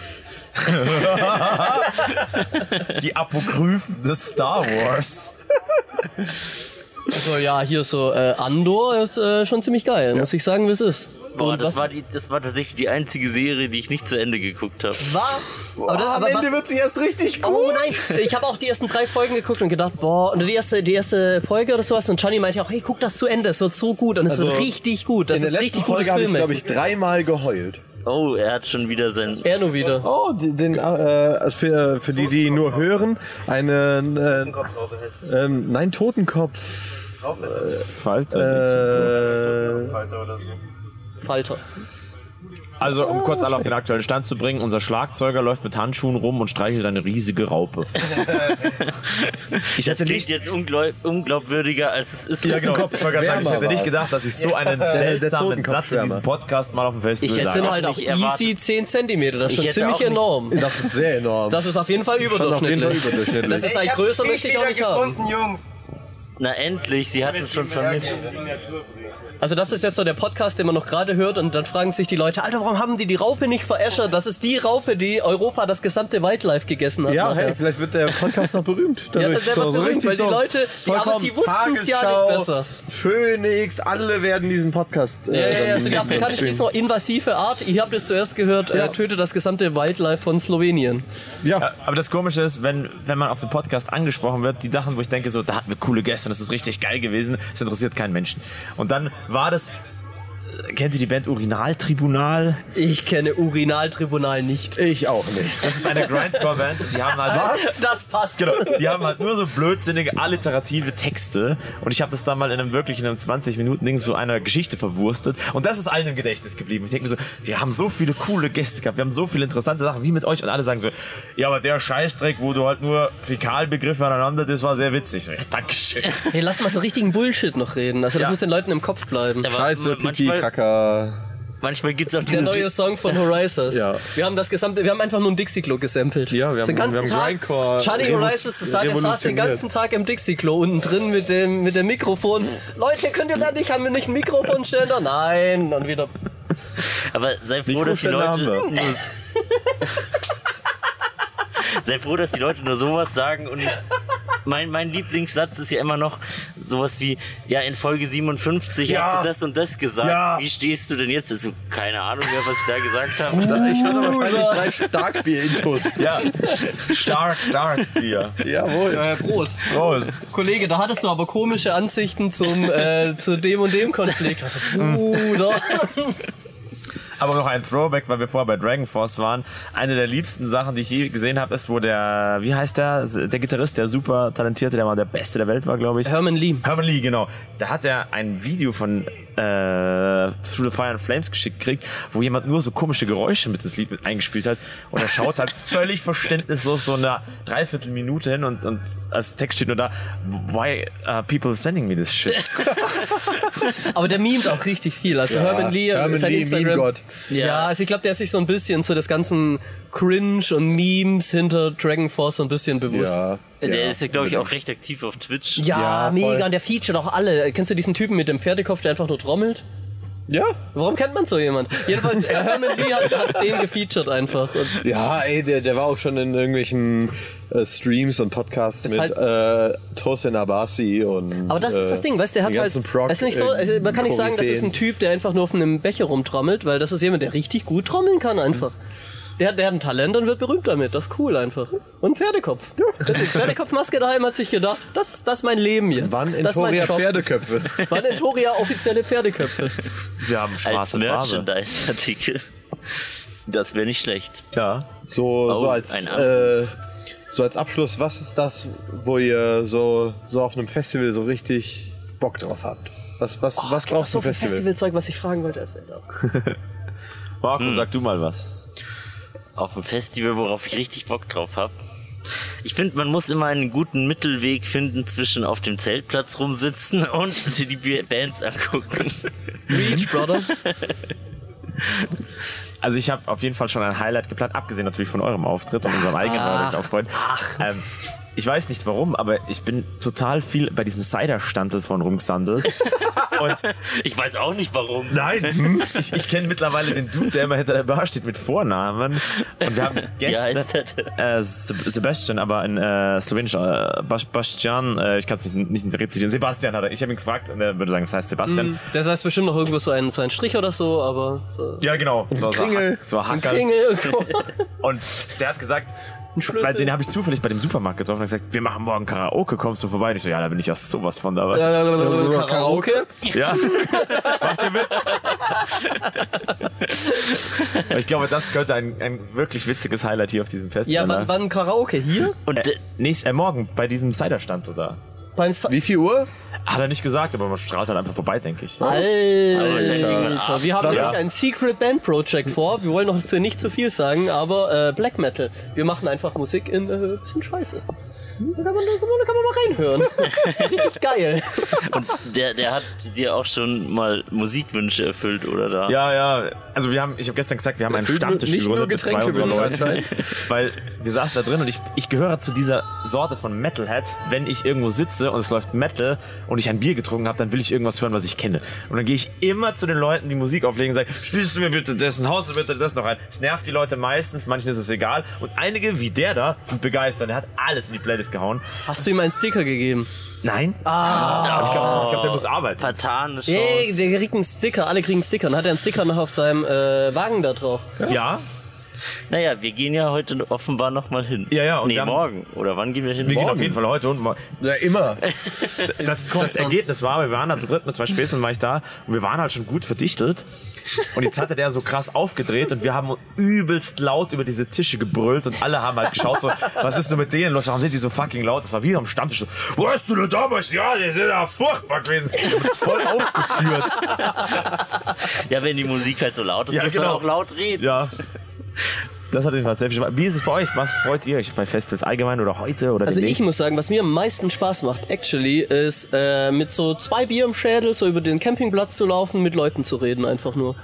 Die Apokryphen des Star Wars. Also ja, hier so äh, Andor ist äh, schon ziemlich geil, muss ich sagen, wie es ist. Boah, Und das was? war, die, das war tatsächlich die einzige Serie, die ich nicht zu Ende geguckt habe. was? Aber das- am aber Ende was- wird sie erst richtig gut. Oh nein, ich habe auch die ersten drei Folgen geguckt und gedacht, boah, und die erste, die erste Folge oder sowas. Und Johnny meinte auch, hey, guck das zu Ende, es wird so gut und es wird Also, richtig gut. Das In der ist letzten richtig Folge gutes habe ich, Filme. glaube ich, dreimal geheult. Oh, er hat schon wieder sein. er nur wieder. Oh, die- den, äh, also für, für die, die nur hören, einen... Äh, ähm, nein, Totenkopf. Falter. Äh, Falter. also, um kurz alle auf den aktuellen Stand zu bringen, unser Schlagzeuger läuft mit Handschuhen rum und streichelt eine riesige Raupe. ich Das klingt jetzt unglaub, unglaubwürdiger, als es ist. Ja, genau. Ich wollte gerade sagen, ich Wärmer hätte nicht war's. gedacht, dass ich so einen der seltsamen Totenkopf Satz in diesem wärmer. Podcast mal auf dem Festival Ich Das hätte sage. sind auch halt auch nicht erwartet. easy 10 Zentimeter, das ist Ich schon hätte ziemlich auch nicht- enorm. das ist sehr enorm. Das ist auf jeden Fall Schon auf jeden Fall überdurchschnittlich. überdurchschnittlich. Das ist ein größer, möchte ich auch nicht haben. Jungs. Na endlich, sie hatten es schon vermisst. Also das ist jetzt so der Podcast, den man noch gerade hört und dann fragen sich die Leute, Alter, warum haben die die Raupe nicht veräschert? Das ist die Raupe, die Europa das gesamte Wildlife gegessen hat. ja, nachher. hey, vielleicht wird der Podcast noch berühmt. Ja, dadurch. das wäre So, so berühmt, richtig weil die so Leute, die, aber vollkommen sie wussten es ja Tagesschau, nicht besser. Phoenix, alle werden diesen Podcast. äh, Ja, ja, ja, also die dann afrikanische ist streamen. noch invasive Art. Ihr habt es zuerst gehört, äh, tötet das gesamte Wildlife von Slowenien. ja. Ja, aber das Komische ist, wenn, wenn man auf dem Podcast angesprochen wird, die Sachen, wo ich denke, so, da hatten wir coole Gäste, das ist richtig geil gewesen, das interessiert keinen Menschen. Und dann war das, kennt ihr die Band Urinaltribunal? Ich kenne Urinaltribunal nicht. Ich auch nicht. Das ist eine Grindcore-Band, die haben halt... Das passt. Genau, die haben halt nur so blödsinnige alliterative Texte und ich habe das dann mal in einem wirklich in einem 20 Minuten Ding so einer Geschichte verwurstet und das ist allen im Gedächtnis geblieben. Ich denke mir so, wir haben so viele coole Gäste gehabt, wir haben so viele interessante Sachen wie mit euch und alle sagen so, ja, aber der Scheißdreck, wo du halt nur Fäkalbegriffe aneinander, das war sehr witzig. Ich So, ja, Dankeschön. Hey, lass mal so richtigen Bullshit noch reden. Also das Ja. muss den Leuten im Kopf bleiben. Aber Scheiße, Pipi, manchmal, Kaka. manchmal gibt es auch Der neue dieses. Song von Horizons. Ja. Wir haben das gesamte, wir haben einfach nur ein Dixie-Klo gesampelt. Ja, wir haben- den ganzen wir haben Tag, Grindcore Charlie revo- Horizons saß, der saß den revolutioniert. ganzen Tag im Dixie-Klo unten drin mit dem, mit dem Mikrofon. Leute, könnt ihr da nicht, haben wir nicht ein Mikrofon stellen? da? Nein, und wieder. Aber sei froh, dass die Mikroständer Leute. haben Sei froh, dass die Leute nur sowas sagen und nicht mein, mein Lieblingssatz ist ja immer noch sowas wie, ja, in Folge 57 Ja. hast du das und das gesagt. Ja. Wie stehst du denn jetzt? Also, keine Ahnung mehr, was ich da gesagt habe. Da- Ich hatte wahrscheinlich drei Starkbier-Intos. Ja. Stark, stark Bier. Jawohl. Äh, Prost. Prost. Kollege, da hattest du aber komische Ansichten zum, äh, zu dem und dem Konflikt. Also, Bruder. Aber noch ein Throwback, weil wir vorher bei Dragon Force waren. Eine der liebsten Sachen, die ich je gesehen habe, ist, wo der, wie heißt der, der Gitarrist, der super talentierte, der mal der Beste der Welt war, glaube ich. Herman Lee. Herman Lee, genau. Da hat er ein Video von äh, Through the Fire and Flames geschickt gekriegt, wo jemand nur so komische Geräusche mit ins Lied mit eingespielt hat. Und er schaut halt völlig verständnislos so eine Dreiviertelminute hin und, und als Text steht nur da, why are people sending me this shit? Aber der memt auch richtig viel. Also Herman Lee, Herman sein Lee, Instagram. Meme-Gott. Ja. also ich glaube, der ist sich so ein bisschen zu des ganzen Cringe und Memes hinter Dragon Force so ein bisschen bewusst. Ja. Äh, Der ist ja, glaube ich, auch recht aktiv auf Twitch. Ja, Ja, voll. mega. Und der feature auch alle. Kennst du diesen Typen mit dem Pferdekopf, der einfach nur trommelt? Ja. Warum kennt man so jemanden? Jedenfalls, äh, Herman Lee hat, hat den gefeatured einfach. Und Ja, ey, der, der war auch schon in irgendwelchen äh, Streams und Podcasts Ist mit äh, Tosin Abasi und. äh, aber das ist das Ding, weißt du, der hat den halt. ganzen Prog, äh, das ist nicht so, also man kann nicht sagen, das ist ein Koryphäen. Typ, der einfach nur auf einem Becher rumtrommelt, weil das ist jemand, der richtig gut trommeln kann einfach. Der, hat- der hat ein Talent und wird berühmt damit. Das ist cool einfach. Und ein Pferdekopf. Der hat die Pferdekopfmaske daheim hat sich gedacht, das, das ist mein Leben jetzt. Wann in das ist mein Toria Job. Pferdeköpfe? Wann in Toria offizielle Pferdeköpfe? Wir haben Als schwarze Farbe. Merchandise-Artikel. Das wäre nicht schlecht. Ja. So, Oh, so als. ein Äh, so als Abschluss, was ist das, wo ihr so, so auf einem Festival so richtig Bock drauf habt? Was, was, was brauchst du Oh, so viel ein Festival? Festivalzeug, was ich fragen wollte, als wäre da. Marco, sag du mal was. auf dem Festival, worauf ich richtig Bock drauf habe. Ich finde, man muss immer einen guten Mittelweg finden zwischen auf dem Zeltplatz rumsitzen und die B- Bands angucken. Beach Mhm. Brother. Also ich habe auf jeden Fall schon ein Highlight geplant, abgesehen natürlich von eurem Auftritt und unserem eigenen Highlight aufreut. Ähm, ich weiß nicht warum, aber ich bin total viel bei diesem Cider-Standel von Rumsandel. und Ich weiß auch nicht warum. nein, ich, ich kenne mittlerweile den Dude, der immer hinter der Bar steht mit Vornamen. Und wir haben heißt gestern der denn? äh, Seb- Sebastian, aber in äh, Slowenisch, äh, Bas- Bastian, äh, ich kann es nicht, nicht rezitieren, Sebastian hat er, ich habe ihn gefragt und er würde sagen, es heißt Sebastian. Das heißt bestimmt noch irgendwo so ein, so ein Strich oder so, aber. So. Ja, genau. So, so, Hack- Kringel. so Ein Hackerl. Klingel irgendwo. Und der hat gesagt, Schlüssel. weil den habe ich zufällig bei dem Supermarkt getroffen und hat gesagt, wir machen morgen Karaoke, kommst du vorbei? Und ich so, ja, da bin ich ja sowas von dabei. Ja. Karaoke. Macht ihr mit? Aber ich glaube, das könnte ein, ein wirklich witziges Highlight hier auf diesem Fest Ja, sein, wann, ne? wann Karaoke? Hier? Und Äh, nächst, äh, morgen bei diesem Ciderstand oder? Beim Sa Wie viel Uhr? Hat er nicht gesagt, aber man strahlt dann einfach vorbei, denke ich. Alter. Wir haben Ja. nämlich ein Secret Band Project vor. Wir wollen noch zu nicht zu viel sagen, aber äh, Black Metal. Wir machen einfach Musik in äh, bisschen Scheiße. Da kann man, da kann man, da kann man mal reinhören. Richtig geil. der, der hat dir auch schon mal Musikwünsche erfüllt, oder da? Ja, ja. Also wir haben, ich habe gestern gesagt, wir haben einen Nicht nur- Stammtisch nicht nur gegründet mit zwei Getränke unserer will ich Leuten. Weil wir saßen da drin und ich, ich gehöre zu dieser Sorte von Metalheads, wenn ich irgendwo sitze und es läuft Metal und ich ein Bier getrunken habe, dann will ich irgendwas hören, was ich kenne. Und dann gehe ich immer zu den Leuten, die Musik auflegen und sage, spielst du mir bitte dessen, haust du bitte das noch rein. Es nervt die Leute meistens, manchen ist es egal. Und einige, wie der da, sind begeistert. Er hat alles in die Playlist gehauen. Hast du ihm einen Sticker gegeben? Nein? Ah. Ich glaube, ich glaub, der muss arbeiten. Fatane Chance. Yay, der kriegt einen Sticker, alle kriegen einen Sticker. Dann hat er einen Sticker noch auf seinem äh, Wagen da drauf. Ja? Naja, wir gehen ja heute offenbar nochmal hin. Ja, ja, und Nee, wir haben- morgen. Oder wann gehen wir hin? Wir morgen. gehen auf jeden Fall heute und morgen. Ja, immer. das, das Ergebnis war, wir waren da zu dritt mit zwei Späßeln war ich da und wir waren halt schon gut verdichtet. Und jetzt hatte der so krass aufgedreht und wir haben übelst laut über diese Tische gebrüllt und alle haben halt geschaut so, was ist denn mit denen los? Warum sind die so fucking laut? Das war wie am Stammtisch. So, Wo hast du denn damals? Ja, die sind ja furchtbar gewesen. Die haben uns voll aufgeführt. Ja, wenn die Musik halt so laut ist, Ja, muss man genau. auch laut reden. Ja. Das hat jedenfalls sehr viel Spaß. Wie ist es bei euch? Was freut ihr euch bei Festivals allgemein oder heute oder Also ich demnächst? muss sagen, was mir am meisten Spaß macht, actually, ist äh, mit so zwei Bier im Schädel so über den Campingplatz zu laufen, mit Leuten zu reden einfach nur.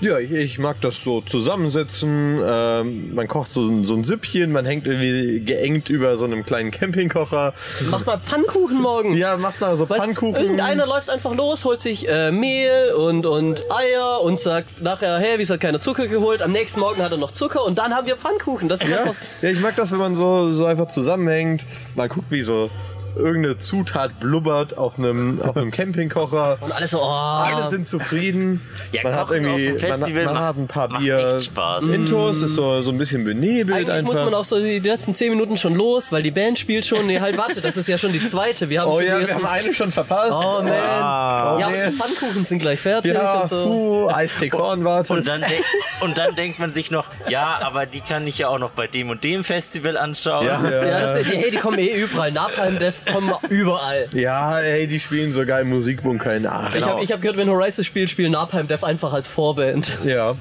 Ja, ich, ich mag das so zusammensitzen. Ähm, man kocht so, ein- so ein Süppchen, man hängt irgendwie geengt über so einem kleinen Campingkocher. Macht mal Pfannkuchen morgens. Ja, macht mal so Weißt, Pfannkuchen. Irgendeiner läuft einfach los, holt sich äh, Mehl und, und Eier und sagt nachher, hey, wieso hat keiner Zucker geholt? Am nächsten Morgen hat er noch Zucker und dann haben wir Pfannkuchen. Das ist Ja, einfach ja, ich mag das, wenn man so, so einfach zusammenhängt, mal guckt, wie so irgendeine Zutat blubbert auf einem, auf einem Campingkocher. Und alles so, oh, Alle sind zufrieden. Ah. Ja, man Kochen hat auf irgendwie, dem man, hat- Festival man macht- hat ein paar macht Bier. echt Spaß. Intos ist so, so ein bisschen benebelt Eigentlich einfach. muss man auch so die letzten 10 Minuten schon los, weil die Band spielt schon. Nee, halt, warte, das ist ja schon die zweite. Wir haben oh schon ja, die wir erste. haben eine schon verpasst. Oh man. Ah. ja, Oh, und die nee. Pfannkuchen sind gleich fertig Ja, und so. puh, Eistee Korn wartet. Und dann, denk- und dann denkt man sich noch, ja, aber die kann ich ja auch noch bei dem und dem Festival anschauen. Ja, ja. Ja, das, hey, die kommen eh überall. Napalm Death kommen überall. Ja, ey, die spielen sogar im Musikbunker in Aachen. Ich habe ich hab gehört, wenn Horizon spielt, spielen Napalm Death einfach als Vorband. Ja. Ja,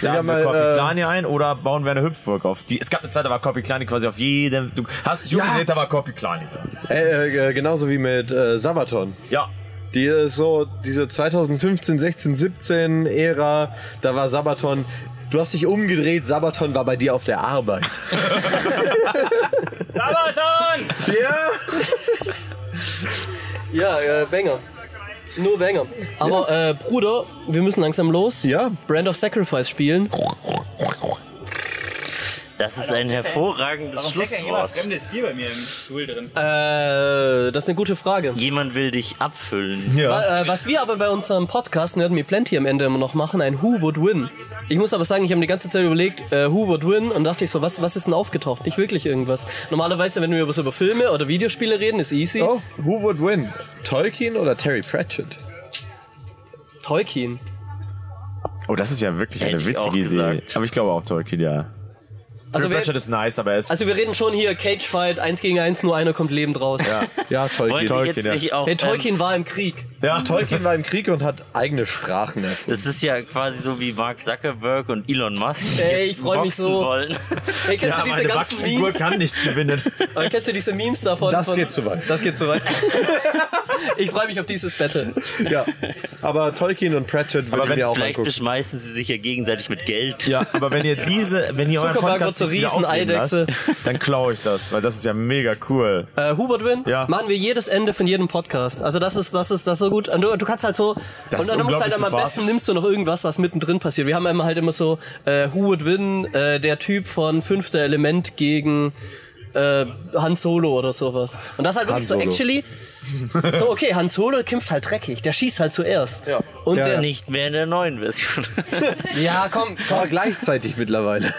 wir haben mal, Copy äh, Klani ein oder bauen wir eine Hüpfburg auf. Die, es gab eine Zeit, da war Copy Klani quasi auf jedem. Du hast dich umgedreht, da war Copy Klani. Äh, äh, genauso wie mit äh, Sabaton. Ja. Die ist so, diese 2015, 16, 17 Ära, da war Sabaton. Du hast dich umgedreht, Sabaton war bei dir auf der Arbeit. Sabaton! ja! Ja, äh, Banger. Nur Banger. Aber äh, Bruder, wir müssen langsam los. Ja. Brand of Sacrifice spielen. Das ist ein hervorragendes Schlusswort. Bier bei mir im Stuhl drin. Äh, das ist eine gute Frage. Jemand will dich abfüllen. Wa- äh, Was wir aber bei unserem Podcast Nerd Me Plenty am Ende immer noch machen, ein Who Would Win. Ich muss aber sagen, ich habe die ganze Zeit überlegt, äh, Who Would Win und dachte ich so, was, was ist denn aufgetaucht? Nicht wirklich irgendwas. Normalerweise, wenn wir über so über Filme oder Videospiele reden, ist easy. Oh, who would win? Tolkien oder Terry Pratchett? Tolkien. Oh, das ist ja wirklich Hätte eine ich auch witzige Idee. gesagt. Aber ich glaube auch Tolkien, ja. Also Also wir, Ratchet ist nice, aber er ist. also wir reden schon hier Cagefight, eins gegen eins, nur einer kommt lebend raus. Ja, Tolkien. Wollte ich Tolkien, jetzt ja. nicht auch. Hey, ähm, Tolkien war im Krieg. ja. Tolkien war im Krieg und hat eigene Sprachen erfunden. Das ist ja quasi so wie Mark Zuckerberg und Elon Musk. die Ey, jetzt ich freu mich boxen so. Wollen. Hey, kennst ja, du diese meine ganzen Wachsfigur Memes? kann nicht gewinnen. Aber kennst du diese Memes davon? Das von, geht zu weit. Das geht zu weit. ich freue mich auf dieses Battle. Ja, aber Tolkien und Pratchett würde ich wenn- mir auch Vielleicht angucken. beschmeißen sie sich ja gegenseitig mit Geld. Ja, aber wenn ihr diese, wenn ihr euren Zuckerberg Podcast wird zur nicht wieder aufnehmen Rieseneidechse. lasst, dann klaue ich das, weil das ist ja mega cool. Äh, Hubert Win Ja. machen wir jedes Ende von jedem Podcast. Also das ist, das ist, das ist so gut. Und du, du kannst halt so, Das und ist dann musst du halt unglaublich am besten sympathisch. nimmst du noch irgendwas, was mittendrin passiert. Wir haben immer halt immer so, äh, Who would win, äh, der Typ von Fünfter Element gegen äh, Han Solo oder sowas. Und das halt wirklich so Han Solo. actually, so okay, Han Solo kämpft halt dreckig, der schießt halt zuerst. Ja. Und Ja, der, Nicht mehr in der neuen Version. ja komm, Aber gleichzeitig mittlerweile.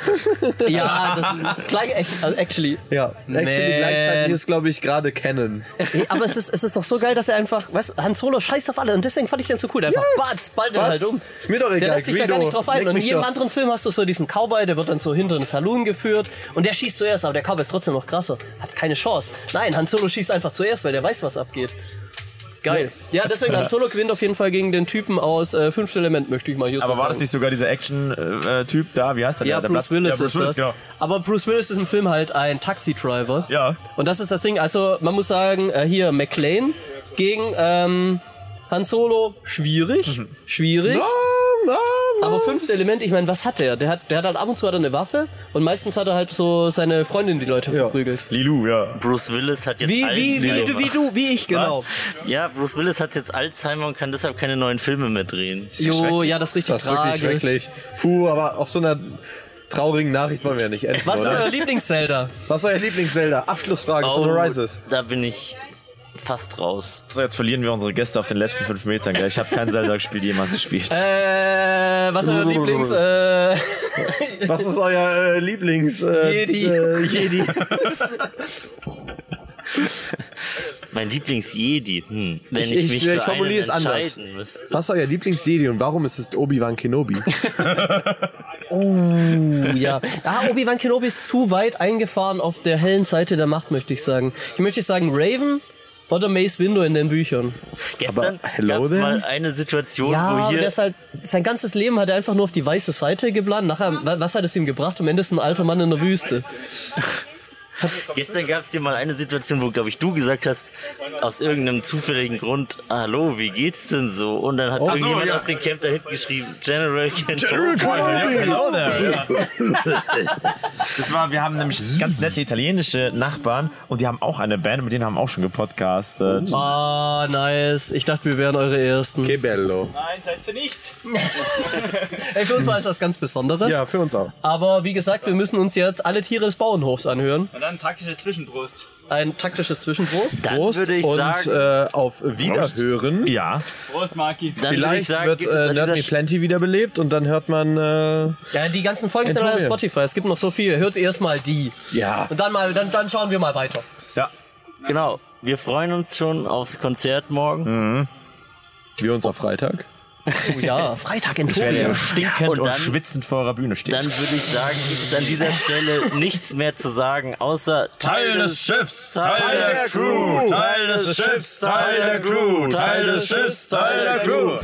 Ja, das ist gleich, echt- also actually. Ja, actually, Man. gleichzeitig ist, glaube ich, gerade Canon. Nee, aber es ist, es ist doch so geil, dass er einfach, was, Han Solo scheißt auf alle und deswegen fand ich den so cool. Einfach, batz, ballt den Batz. halt um. Ist mir doch egal, Der lässt sich da Guido, gar nicht drauf ein. leck Und in mich jedem doch. anderen Film hast du so diesen Cowboy, der wird dann so hinter den Saloon geführt und der schießt zuerst, aber der Cowboy ist trotzdem noch krasser. Hat keine Chance. Nein, Han Solo schießt einfach zuerst, weil der weiß, was abgeht. Geil. Ja, deswegen Han Solo gewinnt auf jeden Fall gegen den Typen aus äh, Fünfte Element, möchte ich mal hier Aber so war sagen. das nicht sogar dieser Action-Typ da? Wie heißt der? Ja, der, der Bruce Blatt- Willis ja, Bruce ist Willis, das. Ja. Aber Bruce Willis ist im Film halt ein Taxi-Driver. Ja. Und das ist das Ding. Also man muss sagen, äh, hier McLean gegen ähm, Han Solo, Mhm. schwierig, schwierig. Ah, Aber fünftes Element, ich meine, was hat der? Der hat, der hat halt ab und zu hat er eine Waffe und meistens hat er halt so seine Freundin die Leute verprügelt. Lilu, ja. Bruce Willis hat jetzt Wie, wie, wie, Alzheimer. du, wie du, wie ich, genau. Was? Ja, Bruce Willis hat jetzt Alzheimer und kann deshalb keine neuen Filme mehr drehen. Jo, ja, das ist richtig Das ist wirklich tragisch. schrecklich. Puh, aber auf so einer traurigen Nachricht wollen wir ja nicht enden, Was äh, ist oder? euer Lieblings-Zelda? Was ist euer Lieblings-Zelda? Abschlussfrage Oh. von Horizons. da bin ich fast raus. So, jetzt verlieren wir unsere Gäste auf den letzten fünf Metern. Gell? Ich habe kein Zelda-Spiel jemals gespielt. Äh, was ist euer Lieblings... Äh, Was ist euer äh, Lieblings... Äh, Jedi. Äh, Jedi. Mein Lieblings-Jedi. Hm. Wenn ich, ich- mich ich für einen formuliere es anders. entscheiden müsste. Was ist euer Lieblings-Jedi und warum ist es Obi-Wan Kenobi? Ja, ah, Obi-Wan Kenobi ist zu weit eingefahren auf der hellen Seite der Macht, möchte ich sagen. Ich möchte sagen Raven oder Mace Window in den Büchern. Gestern Aber hello gab es there? mal eine Situation, Ja, wo aber hier der ist halt, sein ganzes Leben hat er einfach nur auf die weiße Seite geplant. Nachher, wa- was hat es ihm gebracht? Am Ende ist ein alter Mann in der Wüste. Gestern gab es hier mal eine Situation, wo, glaube ich, du gesagt hast, aus irgendeinem zufälligen Grund, hallo, wie geht's denn so? Und dann hat irgendjemand aus dem Camp da hinten geschrieben, General General Hello there. genau Ja. Das war, wir haben nämlich ganz nette italienische Nachbarn und die haben auch eine Band, mit denen haben wir auch schon gepodcastet. Ah, nice. Ich dachte, wir wären eure Ersten. Che bello. Nein, seid ihr nicht. Ey, für uns war es was ganz Besonderes. Ja, für uns auch. Aber wie gesagt, wir müssen uns jetzt alle Tiere des Bauernhofs anhören. Und dann dann taktisches Zwischenbrust. Ein taktisches Zwischenprost. Dann Prost würde ich und sagen, äh, auf Wiederhören. Ja. Prost, Marki. dann würde ich Vielleicht sagen, wird gibt es äh, an Nerd dieser Me Sch- Plenty wiederbelebt und dann hört man. Äh, Ja, die ganzen Folgen sind alle auf Entschuldigung. Spotify. Es gibt noch so viele. Hört erstmal die. ja. Und dann mal, dann, dann schauen wir mal weiter. Genau. Wir freuen uns schon aufs Konzert morgen. Wir uns auf Freitag. Oh ja, Freitag in Ich werde Tokio. stinkend und, Und dann- schwitzend vor eurer Bühne stehen. Dann würde ich sagen, gibt es an dieser Stelle nichts mehr zu sagen, außer Teil des Schiffs, Teil der Crew, Teil des Schiffs, Teil der Crew, Teil des Schiffs, Teil der Crew.